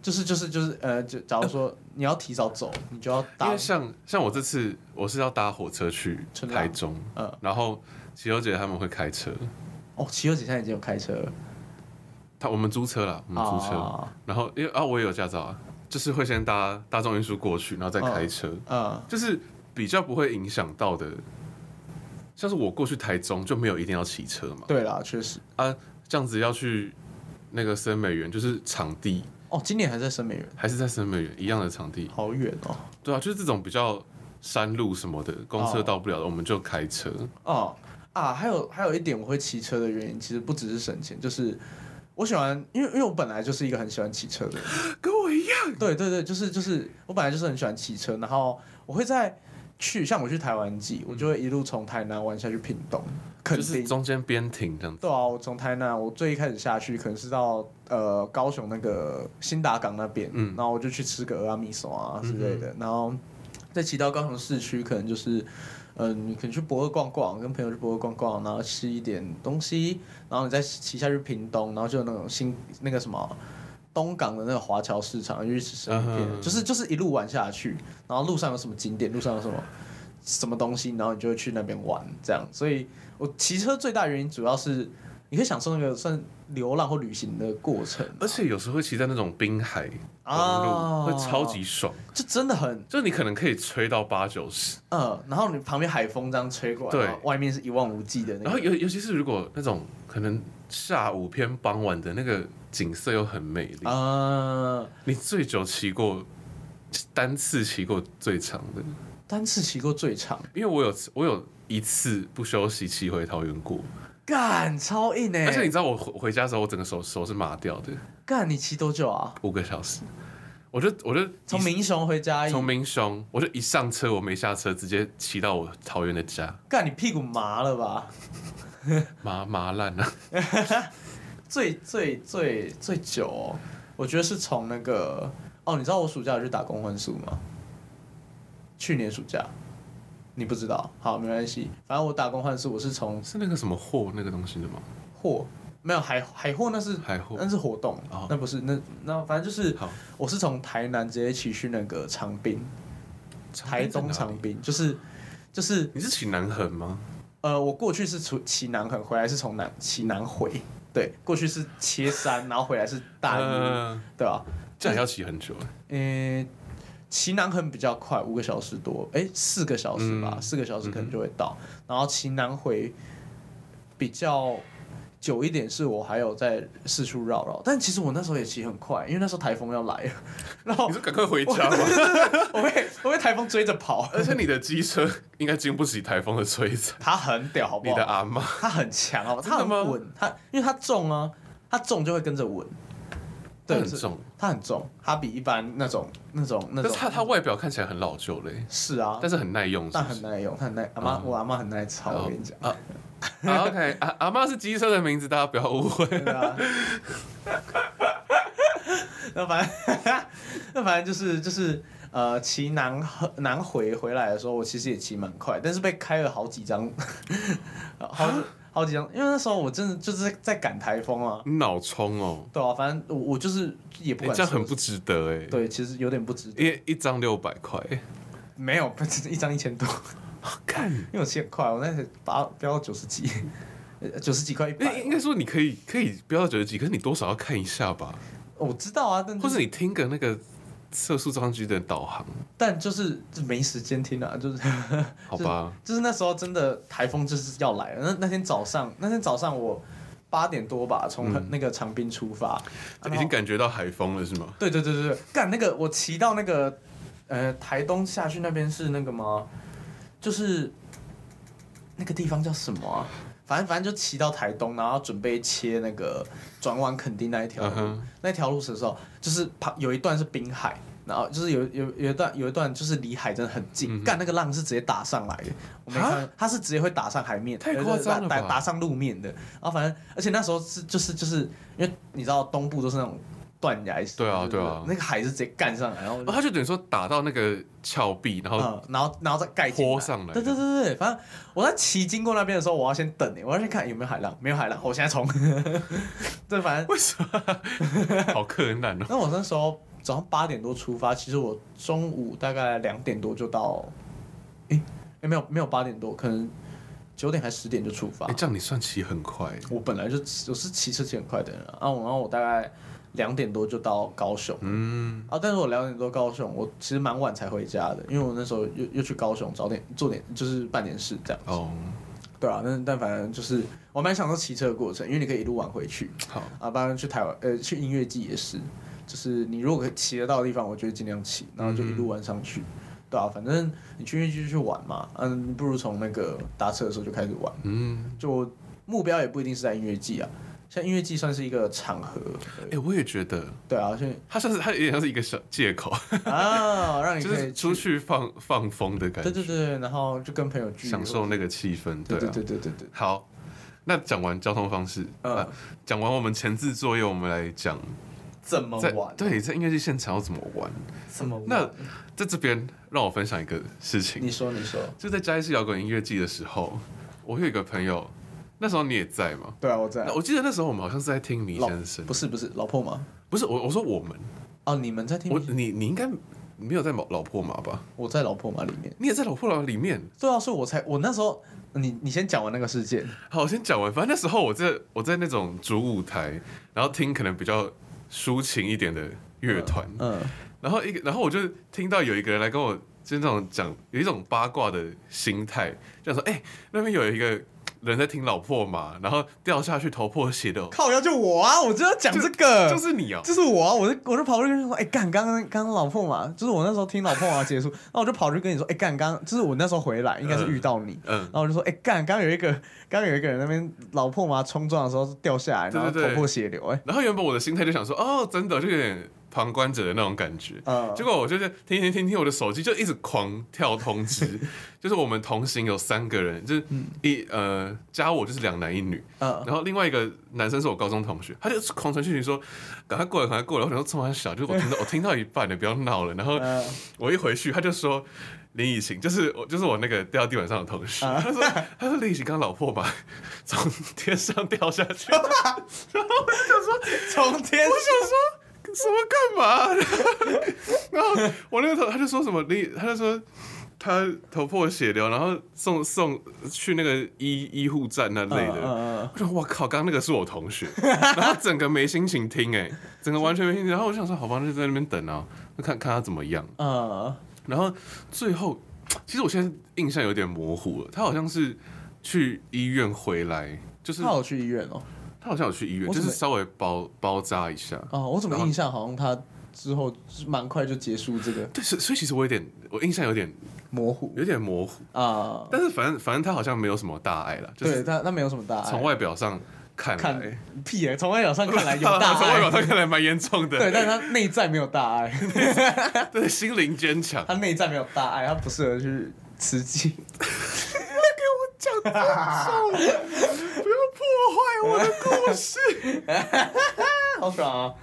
[SPEAKER 3] 就是就是就是呃，就假如说你要提早走，你就要
[SPEAKER 1] 因
[SPEAKER 3] 搭
[SPEAKER 1] 为像像我这次我是要搭火车去
[SPEAKER 3] 春浪
[SPEAKER 1] 台中，
[SPEAKER 3] 嗯
[SPEAKER 1] 然后琪友姐他们会开车，
[SPEAKER 3] 哦，骑友姐现在已经有开车了，
[SPEAKER 1] 他我们租车啦，我们租嗯车，
[SPEAKER 3] 啊
[SPEAKER 1] 然后因为啊我也有驾照啊，就是会先搭大众运输过去，然后再开车，
[SPEAKER 3] 嗯，
[SPEAKER 1] 就是比较不会影响到的。像是我过去台中就没有一定要骑车嘛，
[SPEAKER 3] 对啦，确实。
[SPEAKER 1] 啊，这样子要去那个森美园，就是场地
[SPEAKER 3] 哦，今年还在深美园，
[SPEAKER 1] 还是在森美园一样的场地，
[SPEAKER 3] 好远哦。
[SPEAKER 1] 对啊，就是这种比较山路什么的，公车到不了的，我们就开车。
[SPEAKER 3] 哦啊，还有还有一点我会骑车的原因，其实不只是省钱，就是我喜欢，因为因为我本来就是一个很喜欢骑车的人。
[SPEAKER 1] 跟我一样，
[SPEAKER 3] 对对对，就是就是，我本来就是很喜欢骑车，然后我会在去，像我去台湾记，我就会一路从台南玩下去屏东，肯
[SPEAKER 1] 嗯就
[SPEAKER 3] 定。
[SPEAKER 1] 是中间边停这样子。
[SPEAKER 3] 对啊，我从台南，我最一开始下去可能是到呃高雄那个新达港那边，
[SPEAKER 1] 嗯
[SPEAKER 3] 然后我就去吃个鹅啊米索啊之类的，然后再骑到高雄市区，可能就是嗯、呃你可能去博二逛逛，跟朋友去博二逛逛，然后吃一点东西，然后你再骑下去屏东，然后就有那种新那个什么。东港的那个华侨市场，就去吃生鱼片
[SPEAKER 1] 嗯哼
[SPEAKER 3] 就是就是一路玩下去，然后路上有什么景点，路上有什么什么东西，然后你就会去那边玩，这样。所以我骑车最大原因主要是你可以享受那个算流浪或旅行的过程
[SPEAKER 1] 而且有时候会骑在那种滨海公路，
[SPEAKER 3] 啊，
[SPEAKER 1] 会超级，爽。
[SPEAKER 3] 就真的很
[SPEAKER 1] 就是你可能可以吹到八九十，
[SPEAKER 3] 呃，然后你旁边海风这样吹过来，
[SPEAKER 1] 对
[SPEAKER 3] 然后外面是一望无际的那
[SPEAKER 1] 然后
[SPEAKER 3] 个，
[SPEAKER 1] 尤尤其是如果那种可能下午偏傍晚的那个景色又很美丽。
[SPEAKER 3] 呃，
[SPEAKER 1] 你最久骑过单次骑过最长的？
[SPEAKER 3] 单次骑过最长，
[SPEAKER 1] 因为我有我有一次不休息骑回桃园过，
[SPEAKER 3] 干超硬哎、
[SPEAKER 1] 而且你知道我回回家的时候，我整个手手是麻掉的，
[SPEAKER 3] 干你骑多久啊？
[SPEAKER 1] 五个小时。我就我就
[SPEAKER 3] 从
[SPEAKER 1] 一
[SPEAKER 3] 民雄回家，
[SPEAKER 1] 从明雄，我就一上车我没下车，直接骑到我桃园的家，
[SPEAKER 3] 干你屁股麻了吧？
[SPEAKER 1] 麻麻烂啊了。
[SPEAKER 3] 最最最最久哦、我觉得是从那个哦，你知道我暑假有去打工换宿吗？去年暑假，你不知道，好没关系，反正我打工换宿，我是从
[SPEAKER 1] 是那个什么货那个东西的吗？
[SPEAKER 3] 货没有海海货那是
[SPEAKER 1] 海货
[SPEAKER 3] 那是活动，
[SPEAKER 1] 哦
[SPEAKER 3] 那不是那那反正就是
[SPEAKER 1] 好，
[SPEAKER 3] 我是从台南直接骑去那个长滨，台东
[SPEAKER 1] 场
[SPEAKER 3] 长，滨，就是就是
[SPEAKER 1] 你是骑南横吗？
[SPEAKER 3] 呃，我过去是从骑南横回来是从南骑南回，对，过去是切山，然后回来是大一，
[SPEAKER 1] 呃
[SPEAKER 3] 对吧、
[SPEAKER 1] 这样也要骑很久欸。
[SPEAKER 3] 嗯，骑南横比较快，五个小时多，哎、四个小时吧，
[SPEAKER 1] 嗯
[SPEAKER 3] 四个小时可能就会到。然后骑南回比较久一点，是我还有在四处绕绕。但其实我那时候也骑很快，因为那时候台风要来了， 然后
[SPEAKER 1] 你说赶快回家吧，
[SPEAKER 3] 哦我 被我被台风追着跑。
[SPEAKER 1] 而且你的机车应该经不起台风的摧残。
[SPEAKER 3] 它很屌，好不
[SPEAKER 1] 你
[SPEAKER 3] 好？
[SPEAKER 1] 的阿妈
[SPEAKER 3] 它很强，好不好？它
[SPEAKER 1] 真的吗
[SPEAKER 3] 很稳，它因为它重啊，它重就会跟着稳。对，
[SPEAKER 1] 很
[SPEAKER 3] 是
[SPEAKER 1] 重，
[SPEAKER 3] 它很重，它比一般那种那种那
[SPEAKER 1] 但
[SPEAKER 3] 种
[SPEAKER 1] 是它它外表看起来很老旧嘞，
[SPEAKER 3] 是啊，
[SPEAKER 1] 但是很耐用是
[SPEAKER 3] 但
[SPEAKER 1] 不是，
[SPEAKER 3] 很耐用，它很耐。阿妈，
[SPEAKER 1] 嗯
[SPEAKER 3] 我阿妈很耐操，
[SPEAKER 1] 哦
[SPEAKER 3] 我跟你讲。
[SPEAKER 1] 啊啊 OK，阿阿妈是机车的名字，大家不要误会。
[SPEAKER 3] 对啊。 那反正，那反正就是就是呃，骑南和南回回来的时候，我其实也骑蛮快，但是被开了好几张， 好几好几张，因为那时候我真的就是在赶台风啊。
[SPEAKER 1] 你脑冲哦，
[SPEAKER 3] 对啊，反正我我就是也不
[SPEAKER 1] 欸
[SPEAKER 3] 管、
[SPEAKER 1] 这样很不值得哎。
[SPEAKER 3] 对，其实有点不值得。
[SPEAKER 1] 一一张六百块，哎
[SPEAKER 3] 没有， 不是一张一千多，
[SPEAKER 1] 看，
[SPEAKER 3] 因为我骑很快，我那时候八飙到九十几，呃九十几块一
[SPEAKER 1] 那
[SPEAKER 3] 百
[SPEAKER 1] 应。该说你可以可以不要觉得急，可是你多少要看一下吧，
[SPEAKER 3] 我知道啊，但
[SPEAKER 1] 或
[SPEAKER 3] 就
[SPEAKER 1] 者
[SPEAKER 3] 是
[SPEAKER 1] 你听个那个测速张局的导航，
[SPEAKER 3] 但就是没时间听啊，就是
[SPEAKER 1] 好吧？
[SPEAKER 3] 就是那时候真的台风就是要来了。那那天早上，那天早上我八点多吧，从
[SPEAKER 1] 嗯
[SPEAKER 3] 那个长滨出发，然
[SPEAKER 1] 已
[SPEAKER 3] 后
[SPEAKER 1] 经感觉到海风了是吗？
[SPEAKER 3] 对对对对对，干那个我骑到那个呃台东下去那边是那个吗？就是那个地方叫什么啊？反正反正就骑到台东，然后准备切那个转往垦丁那一条
[SPEAKER 1] 嗯
[SPEAKER 3] 路
[SPEAKER 1] 哼，
[SPEAKER 3] 那条路的时候，就是旁有一段是滨海，然后就是有有有一段有一段就是离海真的很
[SPEAKER 1] 嗯
[SPEAKER 3] 近，
[SPEAKER 1] 哼
[SPEAKER 3] 干、那个浪是直接打上来的，我没看，它是直接会打上海面，呃
[SPEAKER 1] 太夸张了吧
[SPEAKER 3] 打打打上路面的。然后反正而且那时候是就是就是因为你知道东部都是那种断崖式，
[SPEAKER 1] 对啊
[SPEAKER 3] 就是
[SPEAKER 1] 对啊
[SPEAKER 3] 那个海是直接干上 来，然后我就
[SPEAKER 1] 哦，他就等于说打到那个峭壁，然后
[SPEAKER 3] 嗯嗯，然后然后再盖进
[SPEAKER 1] 泼上来
[SPEAKER 3] 对对对对，反正我在骑经过那边的时候，我要先等欸你，我要先看有没有海浪，没有海浪，我现在冲。 对，反正
[SPEAKER 1] 为什么好困难 哦？
[SPEAKER 3] 那我那时候早上八点多出发，其实我中午大概两点多就到，诶、诶没有没有八点多，可能九点还十点就出发
[SPEAKER 1] 哎，。这样你算骑很快，
[SPEAKER 3] 我本来就我是骑车骑很快的人啊，啊我然后我大概两点多就到高雄。
[SPEAKER 1] 嗯，
[SPEAKER 3] 啊！但是我两点多高雄，我其实蛮晚才回家的，因为我那时候又又去高雄早点做点就是办点事这样。
[SPEAKER 1] 哦，
[SPEAKER 3] 对啊，但但反正就是我蛮享受骑车的过程，因为你可以一路往回去
[SPEAKER 1] 好，
[SPEAKER 3] 啊，当然去台湾呃去音乐季也是，就是你如果可以骑得到的地方，我就会尽量骑，然后就一路玩上去。对啊，反正你去音乐季就去玩嘛，嗯、你不如从那个搭车的时候就开始玩，
[SPEAKER 1] 嗯，
[SPEAKER 3] 就目标也不一定是在音乐季啊，像音乐季算是一个场合，
[SPEAKER 1] 哎，我也觉得。
[SPEAKER 3] 对啊，所以
[SPEAKER 1] 它算是它有点像是一个小借口，
[SPEAKER 3] 啊，让 你
[SPEAKER 1] 就
[SPEAKER 3] 可以
[SPEAKER 1] 是出去放放风的感
[SPEAKER 3] 对
[SPEAKER 1] 觉，
[SPEAKER 3] 对对，然后就跟朋友聚
[SPEAKER 1] 享受
[SPEAKER 3] 会
[SPEAKER 1] 那个气氛，
[SPEAKER 3] 对
[SPEAKER 1] 啊
[SPEAKER 3] 对对对对对，
[SPEAKER 1] 好，那讲完交通方式，
[SPEAKER 3] 嗯
[SPEAKER 1] 啊讲、完我们前置作业，我们来讲
[SPEAKER 3] 怎么
[SPEAKER 1] 在
[SPEAKER 3] 玩？
[SPEAKER 1] 对在音乐剧现场要怎么玩。
[SPEAKER 3] 怎么玩？
[SPEAKER 1] 那在这边让我分享一个事情
[SPEAKER 3] 你，说你说，
[SPEAKER 1] 就在嘉义市摇滚音乐季的时候，我有一个朋友，那时候你也在嘛？
[SPEAKER 3] 对啊，我在
[SPEAKER 1] 那。我记得那时候我们好像是在听迷
[SPEAKER 3] 老
[SPEAKER 1] 先生
[SPEAKER 3] 不，是不是老破吗？
[SPEAKER 1] 不是我我说我们，
[SPEAKER 3] 哦，你们在听
[SPEAKER 1] 我你你应该你没有在老老破马吧？
[SPEAKER 3] 我在老破马里面。
[SPEAKER 1] 你也在老破马里面。
[SPEAKER 3] 对啊，所以我才我那时候，你你先讲完那个事件，
[SPEAKER 1] 好，我先讲完。反正那时候我在我在那种主舞台，然后听可能比较抒情一点的乐团，
[SPEAKER 3] 嗯，
[SPEAKER 1] 然后一个，然后我就听到有一个人来跟我，就是那种讲有一种八卦的心态，就想说，哎、那边有一个人在听老破马，然后掉下去头破血流，
[SPEAKER 3] 靠，要就我啊，我就要讲这个，
[SPEAKER 1] 就。是你哦、
[SPEAKER 3] 就是我啊！我就我就跑过去跟你说，哎、干，刚刚刚刚老破马，就是我那时候听老破马结束，
[SPEAKER 1] 嗯
[SPEAKER 3] 那我就跑去跟你说，哎、干，刚刚就是我那时候回来，应该是遇到你，
[SPEAKER 1] 嗯
[SPEAKER 3] 然，后我就说，哎、干，刚刚有一个，刚刚有一个人那边老破马冲撞的时候掉下来，
[SPEAKER 1] 对
[SPEAKER 3] 然后
[SPEAKER 1] 对对
[SPEAKER 3] 头破血流、哎，
[SPEAKER 1] 然后原本我的心态就想说，哦，真的就有点旁观者的那种感觉。
[SPEAKER 3] 嗯
[SPEAKER 1] 结果我就是听听听听，我的手机就一直狂跳通 知，就是我们同行有三个人，就是一呃加我就是两男一女，
[SPEAKER 3] 嗯，
[SPEAKER 1] 然后另外一个男生是我高中同学，他就狂传讯息说赶快过来，赶快过来。我想说这么小，就是我听到我听到一半，你不要闹了。然后
[SPEAKER 3] 嗯
[SPEAKER 1] 我一回去，他就说林以晴，就是我就是我那个掉到地板上的同
[SPEAKER 3] 嗯
[SPEAKER 1] 学，他说他说林以晴刚老破吧， 从天上掉下 去，然后我就说
[SPEAKER 3] 从天
[SPEAKER 1] 我想说什么干嘛？ 然后我那个头他就说什么你，他就说他头破血流，然后送送去那个医医护站那类
[SPEAKER 3] 嗯嗯
[SPEAKER 1] 的
[SPEAKER 3] 嗯。
[SPEAKER 1] 我说我靠，刚刚那个是我同 学，然后整个没心情听哎、整个完全没心情。然后我想说，好吧，那就在那边等啊，那看看他怎么样。
[SPEAKER 3] 嗯，
[SPEAKER 1] 然后最后，其实我现在印象有点模糊了，他好像是去医院回来，就是
[SPEAKER 3] 他有去医院哦、
[SPEAKER 1] 他好像有去医院，
[SPEAKER 3] 我
[SPEAKER 1] 就
[SPEAKER 3] 怎么
[SPEAKER 1] 是稍微包包扎一下。
[SPEAKER 3] 哦，我怎么
[SPEAKER 1] 然后
[SPEAKER 3] 印象好像他之后就是蛮快就结束这个
[SPEAKER 1] 对，所以所以其实我有点，我印象有点
[SPEAKER 3] 模糊
[SPEAKER 1] 有点模糊，
[SPEAKER 3] 啊、
[SPEAKER 1] 但是反正反正他好像没有什么大碍了，就
[SPEAKER 3] 对
[SPEAKER 1] 是
[SPEAKER 3] 他他没有什么大碍，
[SPEAKER 1] 从外表上看
[SPEAKER 3] 看
[SPEAKER 1] 来，
[SPEAKER 3] 屁、欸，从外表上看 来有大
[SPEAKER 1] 从外表
[SPEAKER 3] 碍，
[SPEAKER 1] 上看来蛮严重
[SPEAKER 3] 对，
[SPEAKER 1] 的，
[SPEAKER 3] 但他内在没有大碍，
[SPEAKER 1] 对，心灵坚强
[SPEAKER 3] 他。内在没有大碍，他不适合去吃鸡。
[SPEAKER 1] 不要破坏我的故事。
[SPEAKER 3] 好爽啊！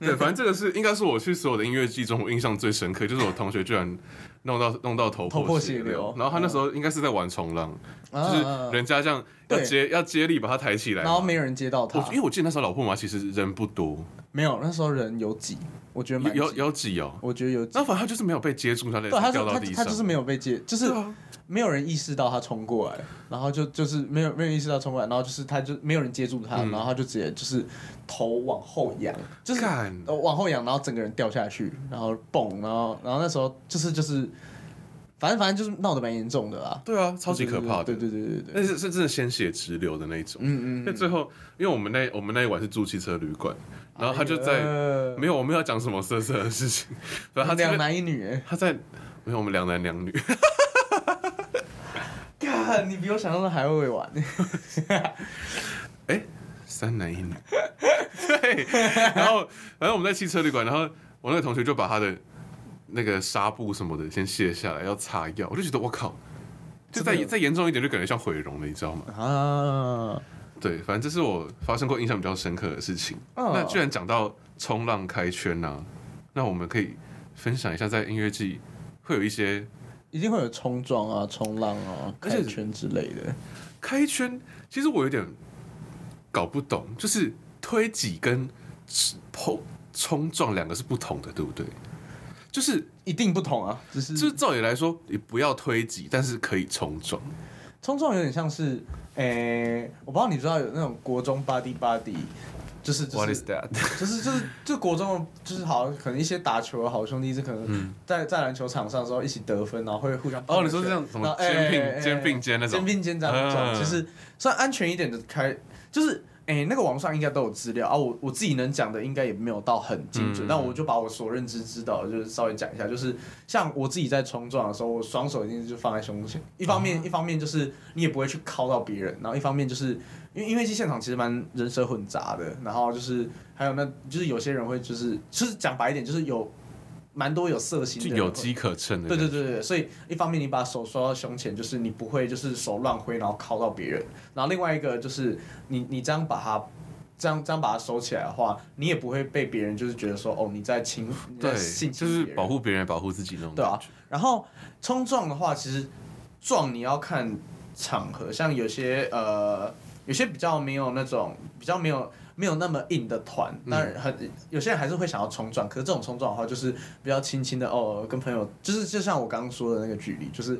[SPEAKER 1] 对，反正这个是应该是我去所有的音乐季中我印象最深刻，就是我同学居然弄到弄到头
[SPEAKER 3] 头破
[SPEAKER 1] 血
[SPEAKER 3] 血流
[SPEAKER 1] 然后他那时候应该是在玩冲浪，
[SPEAKER 3] 啊
[SPEAKER 1] 就是人家这样要
[SPEAKER 3] 对
[SPEAKER 1] 接要接力把他抬起来嘛，
[SPEAKER 3] 嗯然后没有人接到他
[SPEAKER 1] 我，因为我记得那时候老破马其实人不多，
[SPEAKER 3] 没有，那时候人有挤，我觉得蛮
[SPEAKER 1] 有有
[SPEAKER 3] 挤，
[SPEAKER 1] 有几哦，
[SPEAKER 3] 我觉得有挤。
[SPEAKER 1] 那反正他就是没有被接住，他类似
[SPEAKER 3] 对，他
[SPEAKER 1] 掉
[SPEAKER 3] 就
[SPEAKER 1] 到
[SPEAKER 3] 他
[SPEAKER 1] 地
[SPEAKER 3] 他
[SPEAKER 1] 上。
[SPEAKER 3] 就是没有被接，就是
[SPEAKER 1] 对啊
[SPEAKER 3] 没有人意识到他冲过来，然后就就是没有没有意识到冲过来，然后就是他就没有人接住他，
[SPEAKER 1] 嗯
[SPEAKER 3] 然后他就直接就是头往后仰，就是
[SPEAKER 1] 干
[SPEAKER 3] 呃往后仰，然后整个人掉下去，然后蹦，然后然后那时候就是就是，反正反正就是闹得蛮严重的啦，
[SPEAKER 1] 对啊，超级可怕的。
[SPEAKER 3] 哦对对对对对对，
[SPEAKER 1] 那是是真的鲜血直流的那种。
[SPEAKER 3] 嗯嗯
[SPEAKER 1] 那、最后，因为我们那我们那一晚是住汽车旅馆，然后他就在、
[SPEAKER 3] 哎呀
[SPEAKER 1] 没有我们要讲什么色色的事情，反正他
[SPEAKER 3] 嗯，两
[SPEAKER 1] 在
[SPEAKER 3] 男一女、欸，
[SPEAKER 1] 他在没有我们两男两女，
[SPEAKER 3] 干，你比我想象的还会玩，
[SPEAKER 1] 哎、三男一 女，对，然后反正我们在汽车旅馆，然后我那个同学就把他的那个纱布什么的先卸下来要擦药，我就觉得我靠，就再
[SPEAKER 3] 真的有
[SPEAKER 1] 再严重一点就感觉像毁容了，你知道吗？
[SPEAKER 3] 啊，
[SPEAKER 1] 对，反正这是我发生过印象比较深刻的事情。
[SPEAKER 3] 哦
[SPEAKER 1] 那居然讲到冲浪开圈呢、啊，那我们可以分享一下在音乐季会有一些
[SPEAKER 3] 一定会有冲撞啊、冲浪啊、
[SPEAKER 1] 而
[SPEAKER 3] 开
[SPEAKER 1] 且
[SPEAKER 3] 圈之类的。
[SPEAKER 1] 开圈，其实我有点搞不懂，就是推挤跟碰冲撞两个是不同的，对不对？就是，
[SPEAKER 3] 一定不同啊，只是
[SPEAKER 1] 就是照理来说，你不要推挤，但是可以冲撞。
[SPEAKER 3] 冲撞有点像是，诶、我不知道你知道有那种国中 body body，就是就是
[SPEAKER 1] that？
[SPEAKER 3] 就是就是就国中的就是好，可能一些打球的好兄弟是可能在、在篮球场上的时候一起得分，然后会互相
[SPEAKER 1] 嗯哦你说这样什么
[SPEAKER 3] 然后哎
[SPEAKER 1] 肩并
[SPEAKER 3] 哎哎
[SPEAKER 1] 肩并肩那种
[SPEAKER 3] 肩并肩这样撞，
[SPEAKER 1] 嗯
[SPEAKER 3] 就是算安全一点的开，就是。哎、那个网上应该都有资料啊，我我自己能讲的应该也没有到很精准，
[SPEAKER 1] 嗯
[SPEAKER 3] 但我就把我所认知知道的，就是稍微讲一下，就是像我自己在冲撞的时候，我双手一定是放在胸前，一方
[SPEAKER 1] 嗯
[SPEAKER 3] 面、一方面就是你也不会去敲到别人，然后一方面就是因为因为其实现场其实蛮人蛇混杂的，然后就是还有那就是有些人会就是就是讲白一点，就是有蛮多有色心的
[SPEAKER 1] 就
[SPEAKER 3] 人
[SPEAKER 1] 有
[SPEAKER 3] 会
[SPEAKER 1] 机可乘的。
[SPEAKER 3] 对对对对，所以一方面你把手收到胸前，就是你不会就是手乱挥，然后敲到别人；然后另外一个就是你你这样把它这样这样把它收起来的话，你也不会被别人就是觉得说哦你在侵你在
[SPEAKER 1] 对，
[SPEAKER 3] 性
[SPEAKER 1] 就
[SPEAKER 3] 侵
[SPEAKER 1] 是
[SPEAKER 3] 别人
[SPEAKER 1] 保护别人，保护自己那种
[SPEAKER 3] 对啊
[SPEAKER 1] 感觉。，
[SPEAKER 3] 然后冲撞的话，其实撞你要看场合，像有些呃，有些比较没有那种比较没有没有那么硬的团，
[SPEAKER 1] 嗯
[SPEAKER 3] 当然很有些人还是会想要冲撞，可是这种冲撞的话，就是比较轻轻的哦，跟朋友就是就像我刚刚说的那个举例，就是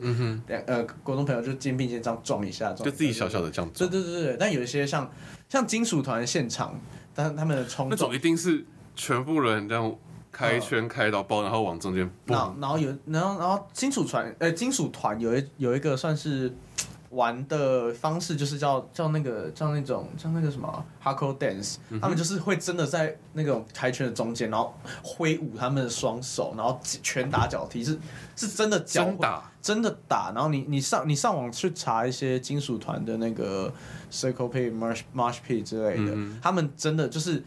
[SPEAKER 3] 两、呃国中朋友就肩并肩这样撞一下，撞一下
[SPEAKER 1] 嗯就自己小小的这样
[SPEAKER 3] 对
[SPEAKER 1] 撞，
[SPEAKER 3] 对对对，但有一些像像金属团现场，但他们的冲
[SPEAKER 1] 那
[SPEAKER 3] 撞
[SPEAKER 1] 种一定是全部人这样开圈开到爆，然后往中间
[SPEAKER 3] 然
[SPEAKER 1] 蹦
[SPEAKER 3] 后，然后有，然后然后金属船，呃，金属团有一有一个算是玩的方式，就是叫叫那个叫那种叫那个什么啊 hardcore dance，、他们就是会真的在那种跆拳的中间，然后挥舞他们的双手，然后拳打脚踢，是是真的脚
[SPEAKER 1] 真打，
[SPEAKER 3] 真的打，然后你你上你上网去查一些金属团的那个 circle pit、marsh marsh pit 之类的，
[SPEAKER 1] 嗯
[SPEAKER 3] 他们真的就是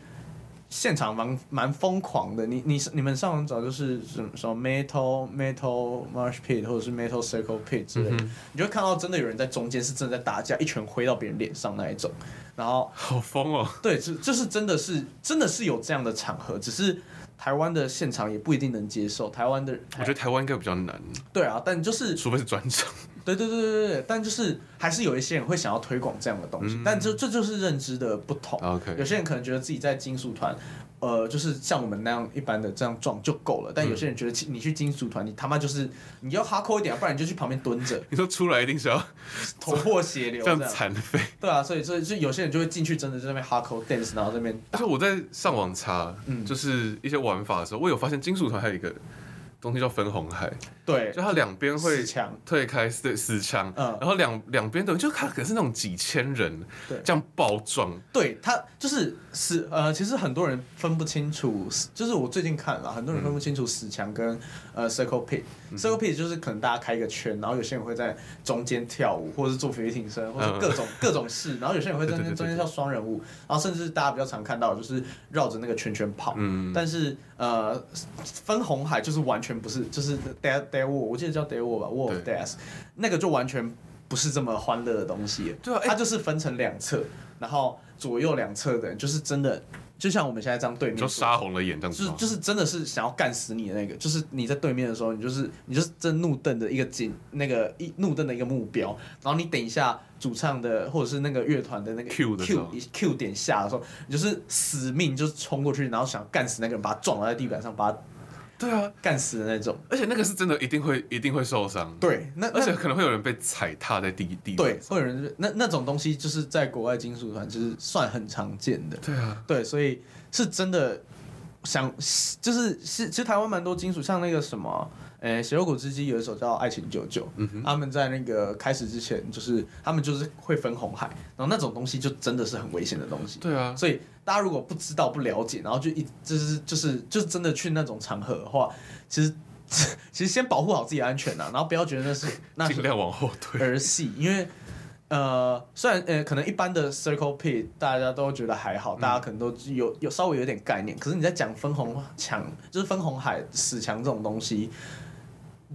[SPEAKER 3] 现场蛮蛮疯狂的。你你你们上网找就是什么什么 metal metal marsh pit 或者是 metal circle pit 之类
[SPEAKER 1] 嗯
[SPEAKER 3] 的，你就会看到真的有人在中间是真的在打架，一拳挥到别人脸上那一种，然后
[SPEAKER 1] 好疯哦！
[SPEAKER 3] 对，这这是真的是真的是有这样的场合，只是台湾的现场也不一定能接受，台湾的
[SPEAKER 1] 我觉得台湾应该比较难，
[SPEAKER 3] 对啊，但就是。
[SPEAKER 1] 除非是转场。
[SPEAKER 3] 对对对对对，但就是还是有一些人会想要推广这样的东西，但这这就是认知的不同。
[SPEAKER 1] 嗯 OK
[SPEAKER 3] 有些人可能觉得自己在金属团，呃，就是像我们那样一般的这样撞就够了，但
[SPEAKER 1] 嗯
[SPEAKER 3] 有些人觉得其你去金属团，你他妈就是你要哈扣一点啊，不然你就去旁边蹲着，
[SPEAKER 1] 你说出来一定是要
[SPEAKER 3] 头破血流
[SPEAKER 1] 这
[SPEAKER 3] 这
[SPEAKER 1] 样
[SPEAKER 3] 样。
[SPEAKER 1] 残 废。
[SPEAKER 3] 对啊，所以所以就有些人就会进去真的在那边哈扣 dance，然后在那边
[SPEAKER 1] 而且我在上网查，就是一些玩法的时候，我有发现金属团还有一个东西叫分红海，
[SPEAKER 3] 对
[SPEAKER 1] 就它两边会
[SPEAKER 3] 死墙
[SPEAKER 1] 退开对死枪，
[SPEAKER 3] 嗯
[SPEAKER 1] 然后两两边的就它可是那种几千人
[SPEAKER 3] 对
[SPEAKER 1] 这样爆撞，
[SPEAKER 3] 对他就是死呃，其实很多人分不清楚，就是我最近看了，很多人分不清楚死墙跟呃 circle pit。circle
[SPEAKER 1] 嗯
[SPEAKER 3] pit 就是可能大家开一个圈，然后有些人会在中间跳舞，或者是做俯卧撑，或者是 各种、各种事，然后有些人会在
[SPEAKER 1] 对对对
[SPEAKER 3] 那
[SPEAKER 1] 对
[SPEAKER 3] 中间跳双人舞，然后甚至大家比较常看到的就是绕着那个圈圈跑。
[SPEAKER 1] 嗯
[SPEAKER 3] 但是呃，分红海就是完全不是，就是 dare dare war，我记得叫 dare war 吧，war of
[SPEAKER 1] 对
[SPEAKER 3] death，那个就完全不是这么欢乐的东西了。
[SPEAKER 1] 对啊哎
[SPEAKER 3] 它就是分成两侧，然后左右两侧的人就是真的，就像我们现在这样对
[SPEAKER 1] 你
[SPEAKER 3] 面
[SPEAKER 1] 就
[SPEAKER 3] 坐，
[SPEAKER 1] 杀红了眼这样子
[SPEAKER 3] 就是
[SPEAKER 1] 吗，
[SPEAKER 3] 就是真的是想要干死你的那个，就是你在对面的时候，你就是你就是真怒瞪的一个景，那个一怒瞪的一个目标，然后你等一下主唱的或者是那个乐团的那个
[SPEAKER 1] Cue 的时候
[SPEAKER 3] Q Q 点下的时候，你就是死命就是冲过去，然后想干死那个人，把他撞倒在地板上，把他
[SPEAKER 1] 对啊，
[SPEAKER 3] 干死的那种。
[SPEAKER 1] 而且那个是真的一定会一定会受伤，
[SPEAKER 3] 对，那
[SPEAKER 1] 而且
[SPEAKER 3] 那
[SPEAKER 1] 可能会有人被踩踏在地地板
[SPEAKER 3] 对，会有人那那种东西就是在国外金属团就是算很常见的。
[SPEAKER 1] 对啊，
[SPEAKER 3] 对，所以是真的想，就是是其实台湾蛮多金属，像那个什么，呃、血肉骨之基有一首叫《爱情九九》，
[SPEAKER 1] 嗯
[SPEAKER 3] 他们在那个开始之前，就是他们就是会分红海，然后那种东西就真的是很危险的东西。
[SPEAKER 1] 对啊，
[SPEAKER 3] 所以大家如果不知道、不了解，然后就一就是就是就是真的去那种场合的话，其实 其实先保护好自己的安全呐、啊然后不要觉得那是那是
[SPEAKER 1] 尽量往后退，
[SPEAKER 3] 儿戏，因为呃，虽然呃，可能一般的 circle pit 大家都觉得还好，大家可能都有有稍微有点概念，可是你在讲分红墙，就是分红海死墙这种东西，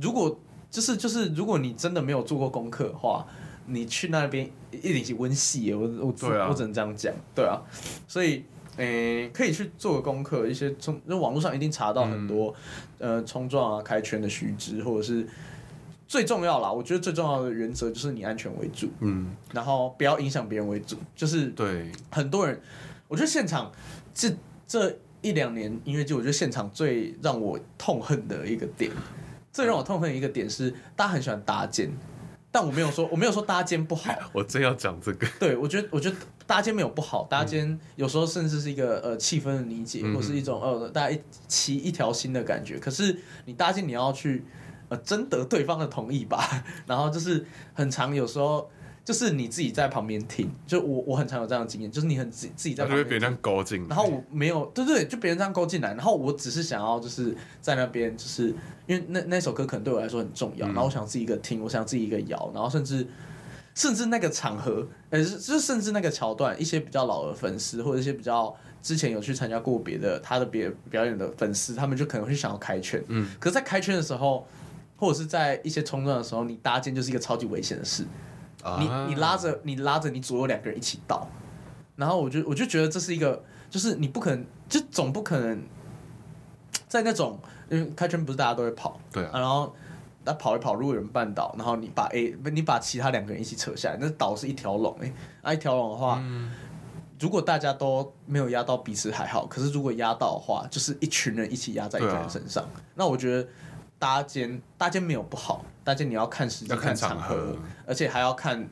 [SPEAKER 3] 如果就是就是如果你真的没有做过功课的话。你去那边一定是温戏耶，我我只、
[SPEAKER 1] 对啊
[SPEAKER 3] 我只能这样讲，对啊，所以诶、可以去做个功课，一些冲，那网络上一定查到很多、
[SPEAKER 1] 嗯
[SPEAKER 3] 呃冲撞啊、开圈的须知，或者是最重要啦。我觉得最重要的原则就是你安全为主，
[SPEAKER 1] 嗯，
[SPEAKER 3] 然后不要影响别人为主。就是
[SPEAKER 1] 对，
[SPEAKER 3] 很多人，我觉得现场这这一两年音乐季，我觉得现场最让我痛恨的一个点，最让我痛恨的一个点是，大家很喜欢搭肩，但我没有说我没有说搭肩不好，
[SPEAKER 1] 我真要讲这个，
[SPEAKER 3] 对，我觉得我觉得搭肩没有不好，搭肩有时候甚至是一个呃气氛的理解，
[SPEAKER 1] 嗯
[SPEAKER 3] 或是一种呃大家一起一条心的感觉。可是你搭肩，你要去呃征得对方的同意吧， 然后就是很常有时候就是你自己在旁边听，就我我很常有这样的经验，就是你很自己自己在
[SPEAKER 1] 他就会
[SPEAKER 3] 旁边
[SPEAKER 1] 别人这样勾进来，
[SPEAKER 3] 然后我没有，对对，就别人这样勾进来，然后我只是想要就是在那边，就是因为那那首歌可能对我来说很重
[SPEAKER 1] 嗯
[SPEAKER 3] 要，然后我想自己一个听，我想自己一个摇，然后甚至甚至那个场合，呃，是就是甚至那个桥段，一些比较老的粉丝或者一些比较之前有去参加过别的他的别表演的粉丝，他们就可能会想要开圈，嗯，可是在开圈的时候，或者是在一些冲撞的时候，你搭肩就是一个超级危险的事，
[SPEAKER 1] 啊
[SPEAKER 3] 你你拉着你拉着你左右两个人一起倒，然后我就我就觉得这是一个，就是你不可能，就总不可能在那种，因为开圈不是大家都会跑，
[SPEAKER 1] 对啊
[SPEAKER 3] 然后那跑一跑，如果有人绊倒，然后你啊
[SPEAKER 4] 嗯
[SPEAKER 3] 把 A 不你把其他两个人一起扯下来，那倒是一条龙哎、那一条龙的话。如果大家都没有压到彼此还好，可是如果压到的话，就是一群人一起压在一个
[SPEAKER 4] 对
[SPEAKER 3] 人
[SPEAKER 4] 啊
[SPEAKER 3] 身上。那我觉得搭肩搭肩没有不好，搭肩你要看时机、
[SPEAKER 4] 要看
[SPEAKER 3] 场
[SPEAKER 4] 场合
[SPEAKER 3] 而且还要看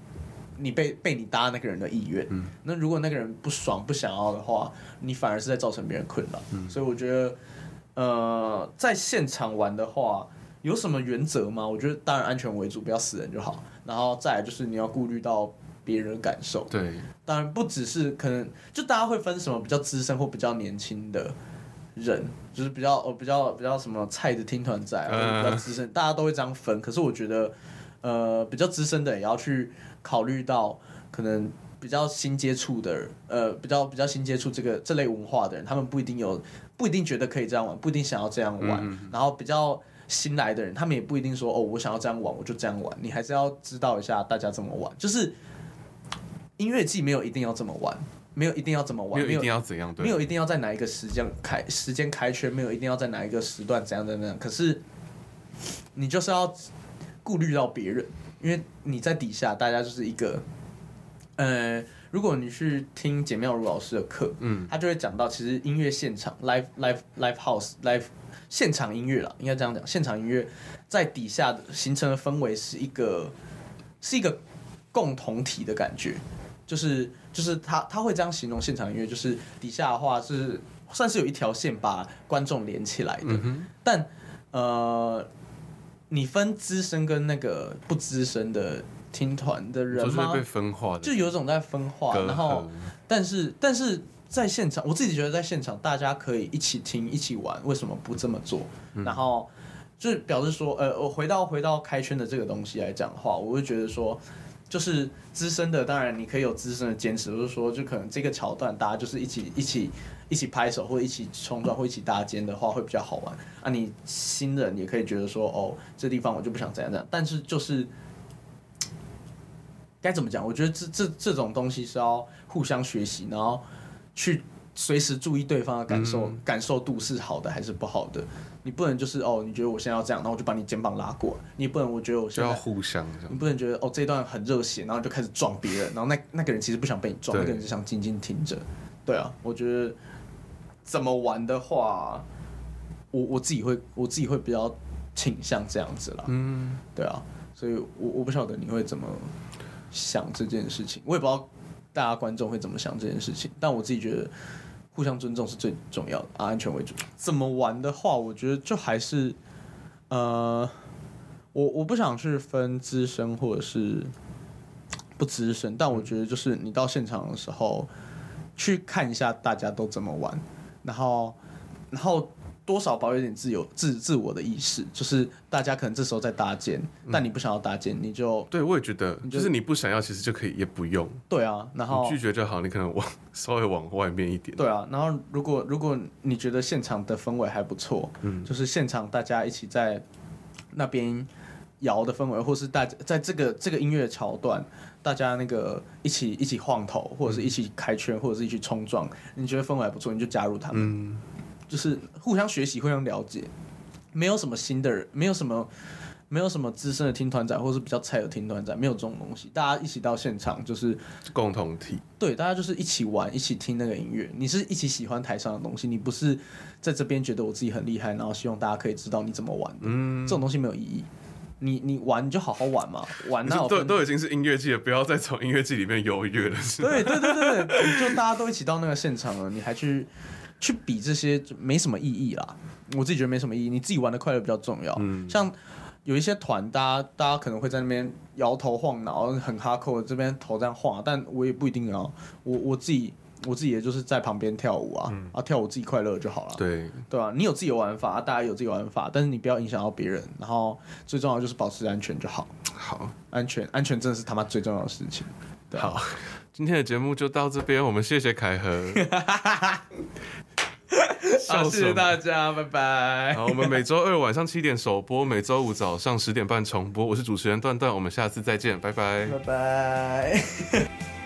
[SPEAKER 3] 你被被你搭那个人的意愿。
[SPEAKER 4] 嗯
[SPEAKER 3] 那如果那个人不爽、不想要的话，你反而是在造成别人困扰。
[SPEAKER 4] 嗯
[SPEAKER 3] 所以我觉得，呃，在现场玩的话。有什么原则吗？我觉得当然安全为主，不要死人就好。然后再来就是你要顾虑到别人的感受，
[SPEAKER 4] 对，
[SPEAKER 3] 当然不只是可能，就大家会分什么比较资深或比较年轻的人，就是比较呃比较比较什么菜的听团仔啊，或者比较资深，大家都会这样分。可是我觉得，呃，比较资深的也要去考虑到可能。比较新接触的人，呃，比较比较新接触这个这类文化的人，他们不一定有，不一定觉得可以这样玩，不一定想要这样
[SPEAKER 4] 嗯
[SPEAKER 3] 玩。然后比较新来的人，他们也不一定说哦，我想要这样玩，我就这样玩。你还是要知道一下大家怎么玩，就是音乐季没有一定要这么玩，没有一定要这么玩，
[SPEAKER 4] 没有
[SPEAKER 3] 没
[SPEAKER 4] 一
[SPEAKER 3] 有
[SPEAKER 4] 定要怎样，对，
[SPEAKER 3] 没有一定要在哪一个时间开时间开缺，没有一定要在哪一个时段怎样怎样怎样。可是你就是要顾虑到别人，因为你在底下，大家就是一个，呃，如果你去听简妙如老师的课，
[SPEAKER 4] 嗯，
[SPEAKER 3] 他就会讲到，其实音乐现场 live live live house live 现场音乐啦，应该这样讲，现场音乐在底下的形成的氛围是一个是一个共同体的感觉，就是就是他他会这样形容现场音乐，就是底下的话是算是有一条线把观众连起来的，
[SPEAKER 4] 嗯
[SPEAKER 3] 但呃，你分资深跟那个不资深的听团的人
[SPEAKER 4] 就是
[SPEAKER 3] 吗
[SPEAKER 4] 会被？分化的，
[SPEAKER 3] 就有种在分化，
[SPEAKER 4] 隔阂
[SPEAKER 3] 然后但是但是在现场，我自己觉得在现场大家可以一起听一起玩，为什么不这么做？
[SPEAKER 4] 嗯
[SPEAKER 3] 然后就是表示说，呃，我回到回到开圈的这个东西来讲的话，我会觉得说。就是资深的，当然你可以有资深的坚持，我就是说，就可能这个桥段大家就是一起一起一起拍手，或一起冲撞，或一起搭肩的话，会比较好玩。啊，你新人也可以觉得说，哦，这地方我就不想怎样怎样，但是就是该怎么讲？我觉得这这这种东西是要互相学习，然后去随时注意对方的感
[SPEAKER 4] 嗯
[SPEAKER 3] 受、感受度是好的还是不好的。你不能就是哦，你觉得我现在要这样，然后我就把你肩膀拉过来。你也不能，我觉得我
[SPEAKER 4] 就
[SPEAKER 3] 现
[SPEAKER 4] 要
[SPEAKER 3] 在
[SPEAKER 4] 互相这
[SPEAKER 3] 你
[SPEAKER 4] 样，
[SPEAKER 3] 不能觉得哦这一段很热血，然后就开始撞别人，然后那那个人其实不想被你撞，
[SPEAKER 4] 对
[SPEAKER 3] 那个人只想静静听着。对啊，我觉得怎么玩的话，我我自己会我自己会比较倾向这样子啦。
[SPEAKER 4] 嗯，
[SPEAKER 3] 对啊，所以我我不晓得你会怎么想这件事情，我也不知道大家观众会怎么想这件事情，但我自己觉得互相尊重是最重要的，啊、安全为主。怎么玩的话，我觉得就还是呃，我我不想去分资深或者是不资深，
[SPEAKER 4] 嗯
[SPEAKER 3] 但我觉得就是你到现场的时候去看一下大家都怎么玩，然后然后多少保有一点自由自自我的意识，就是大家可能这时候在搭建，但
[SPEAKER 4] 嗯
[SPEAKER 3] 你不想要搭建，你就
[SPEAKER 4] 对我也觉得，
[SPEAKER 3] 你就
[SPEAKER 4] 就是你不想要，其实就可以也不用，
[SPEAKER 3] 对啊，然后
[SPEAKER 4] 你拒绝就好，你可能往稍微往外面一点，
[SPEAKER 3] 对啊，然后如果如果你觉得现场的氛围还不错，
[SPEAKER 4] 嗯
[SPEAKER 3] 就是现场大家一起在那边摇的氛围，或是大家在这个这个音乐桥段，大家那个一起一起晃头，或者是一起开圈，或者是一起冲撞，你觉得氛围还不错，你就加入他们，
[SPEAKER 4] 嗯，
[SPEAKER 3] 就是互相学习，互相了解，没有什么新的人，没有什么。没有什么资深的听团仔，或是比较菜的听团仔，没有这种东西。大家一起到现场，就是
[SPEAKER 4] 共同体，
[SPEAKER 3] 对，大家就是一起玩，一起听那个音乐。你是一起喜欢台上的东西，你不是在这边觉得我自己很厉害，然后希望大家可以知道你怎么玩的。
[SPEAKER 4] 嗯
[SPEAKER 3] 这种东西没有意义。你你玩你就好好玩嘛，玩
[SPEAKER 4] 你
[SPEAKER 3] 那
[SPEAKER 4] 说
[SPEAKER 3] 有
[SPEAKER 4] 都
[SPEAKER 3] 分
[SPEAKER 4] 都已经是音乐季了，不要再从音乐季里面优越了，是吧？
[SPEAKER 3] 对对对对 对，就大家都一起到那个现场了，你还去去比这些就没什么意义啦。我自己觉得没什么意义，你自己玩的快乐比较重要。
[SPEAKER 4] 嗯
[SPEAKER 3] 像有一些团，大家大家可能会在那边摇头晃脑，很哈扣，这边头这样晃，但我也不一定啊。我我自己我自己也就是在旁边跳舞啊，啊跳舞自己快乐就好了。
[SPEAKER 4] 嗯对，
[SPEAKER 3] 对啊，你有自己的玩法，啊大家有自己的玩法，但是你不要影响到别人。然后最重要就是保持安全就好，
[SPEAKER 4] 好，
[SPEAKER 3] 安全安全真的是他妈最重要的事情。对啊
[SPEAKER 4] 好，今天的节目就到这边，我们谢谢凯 和，笑
[SPEAKER 3] 好，啊谢
[SPEAKER 4] 什
[SPEAKER 3] 谢
[SPEAKER 4] 么
[SPEAKER 3] 大家，拜拜。
[SPEAKER 4] 好，我们每周二晚上七点首播，每周五早上十点半重播。我是主持人段段，我们下次再见，拜拜。
[SPEAKER 3] 拜拜。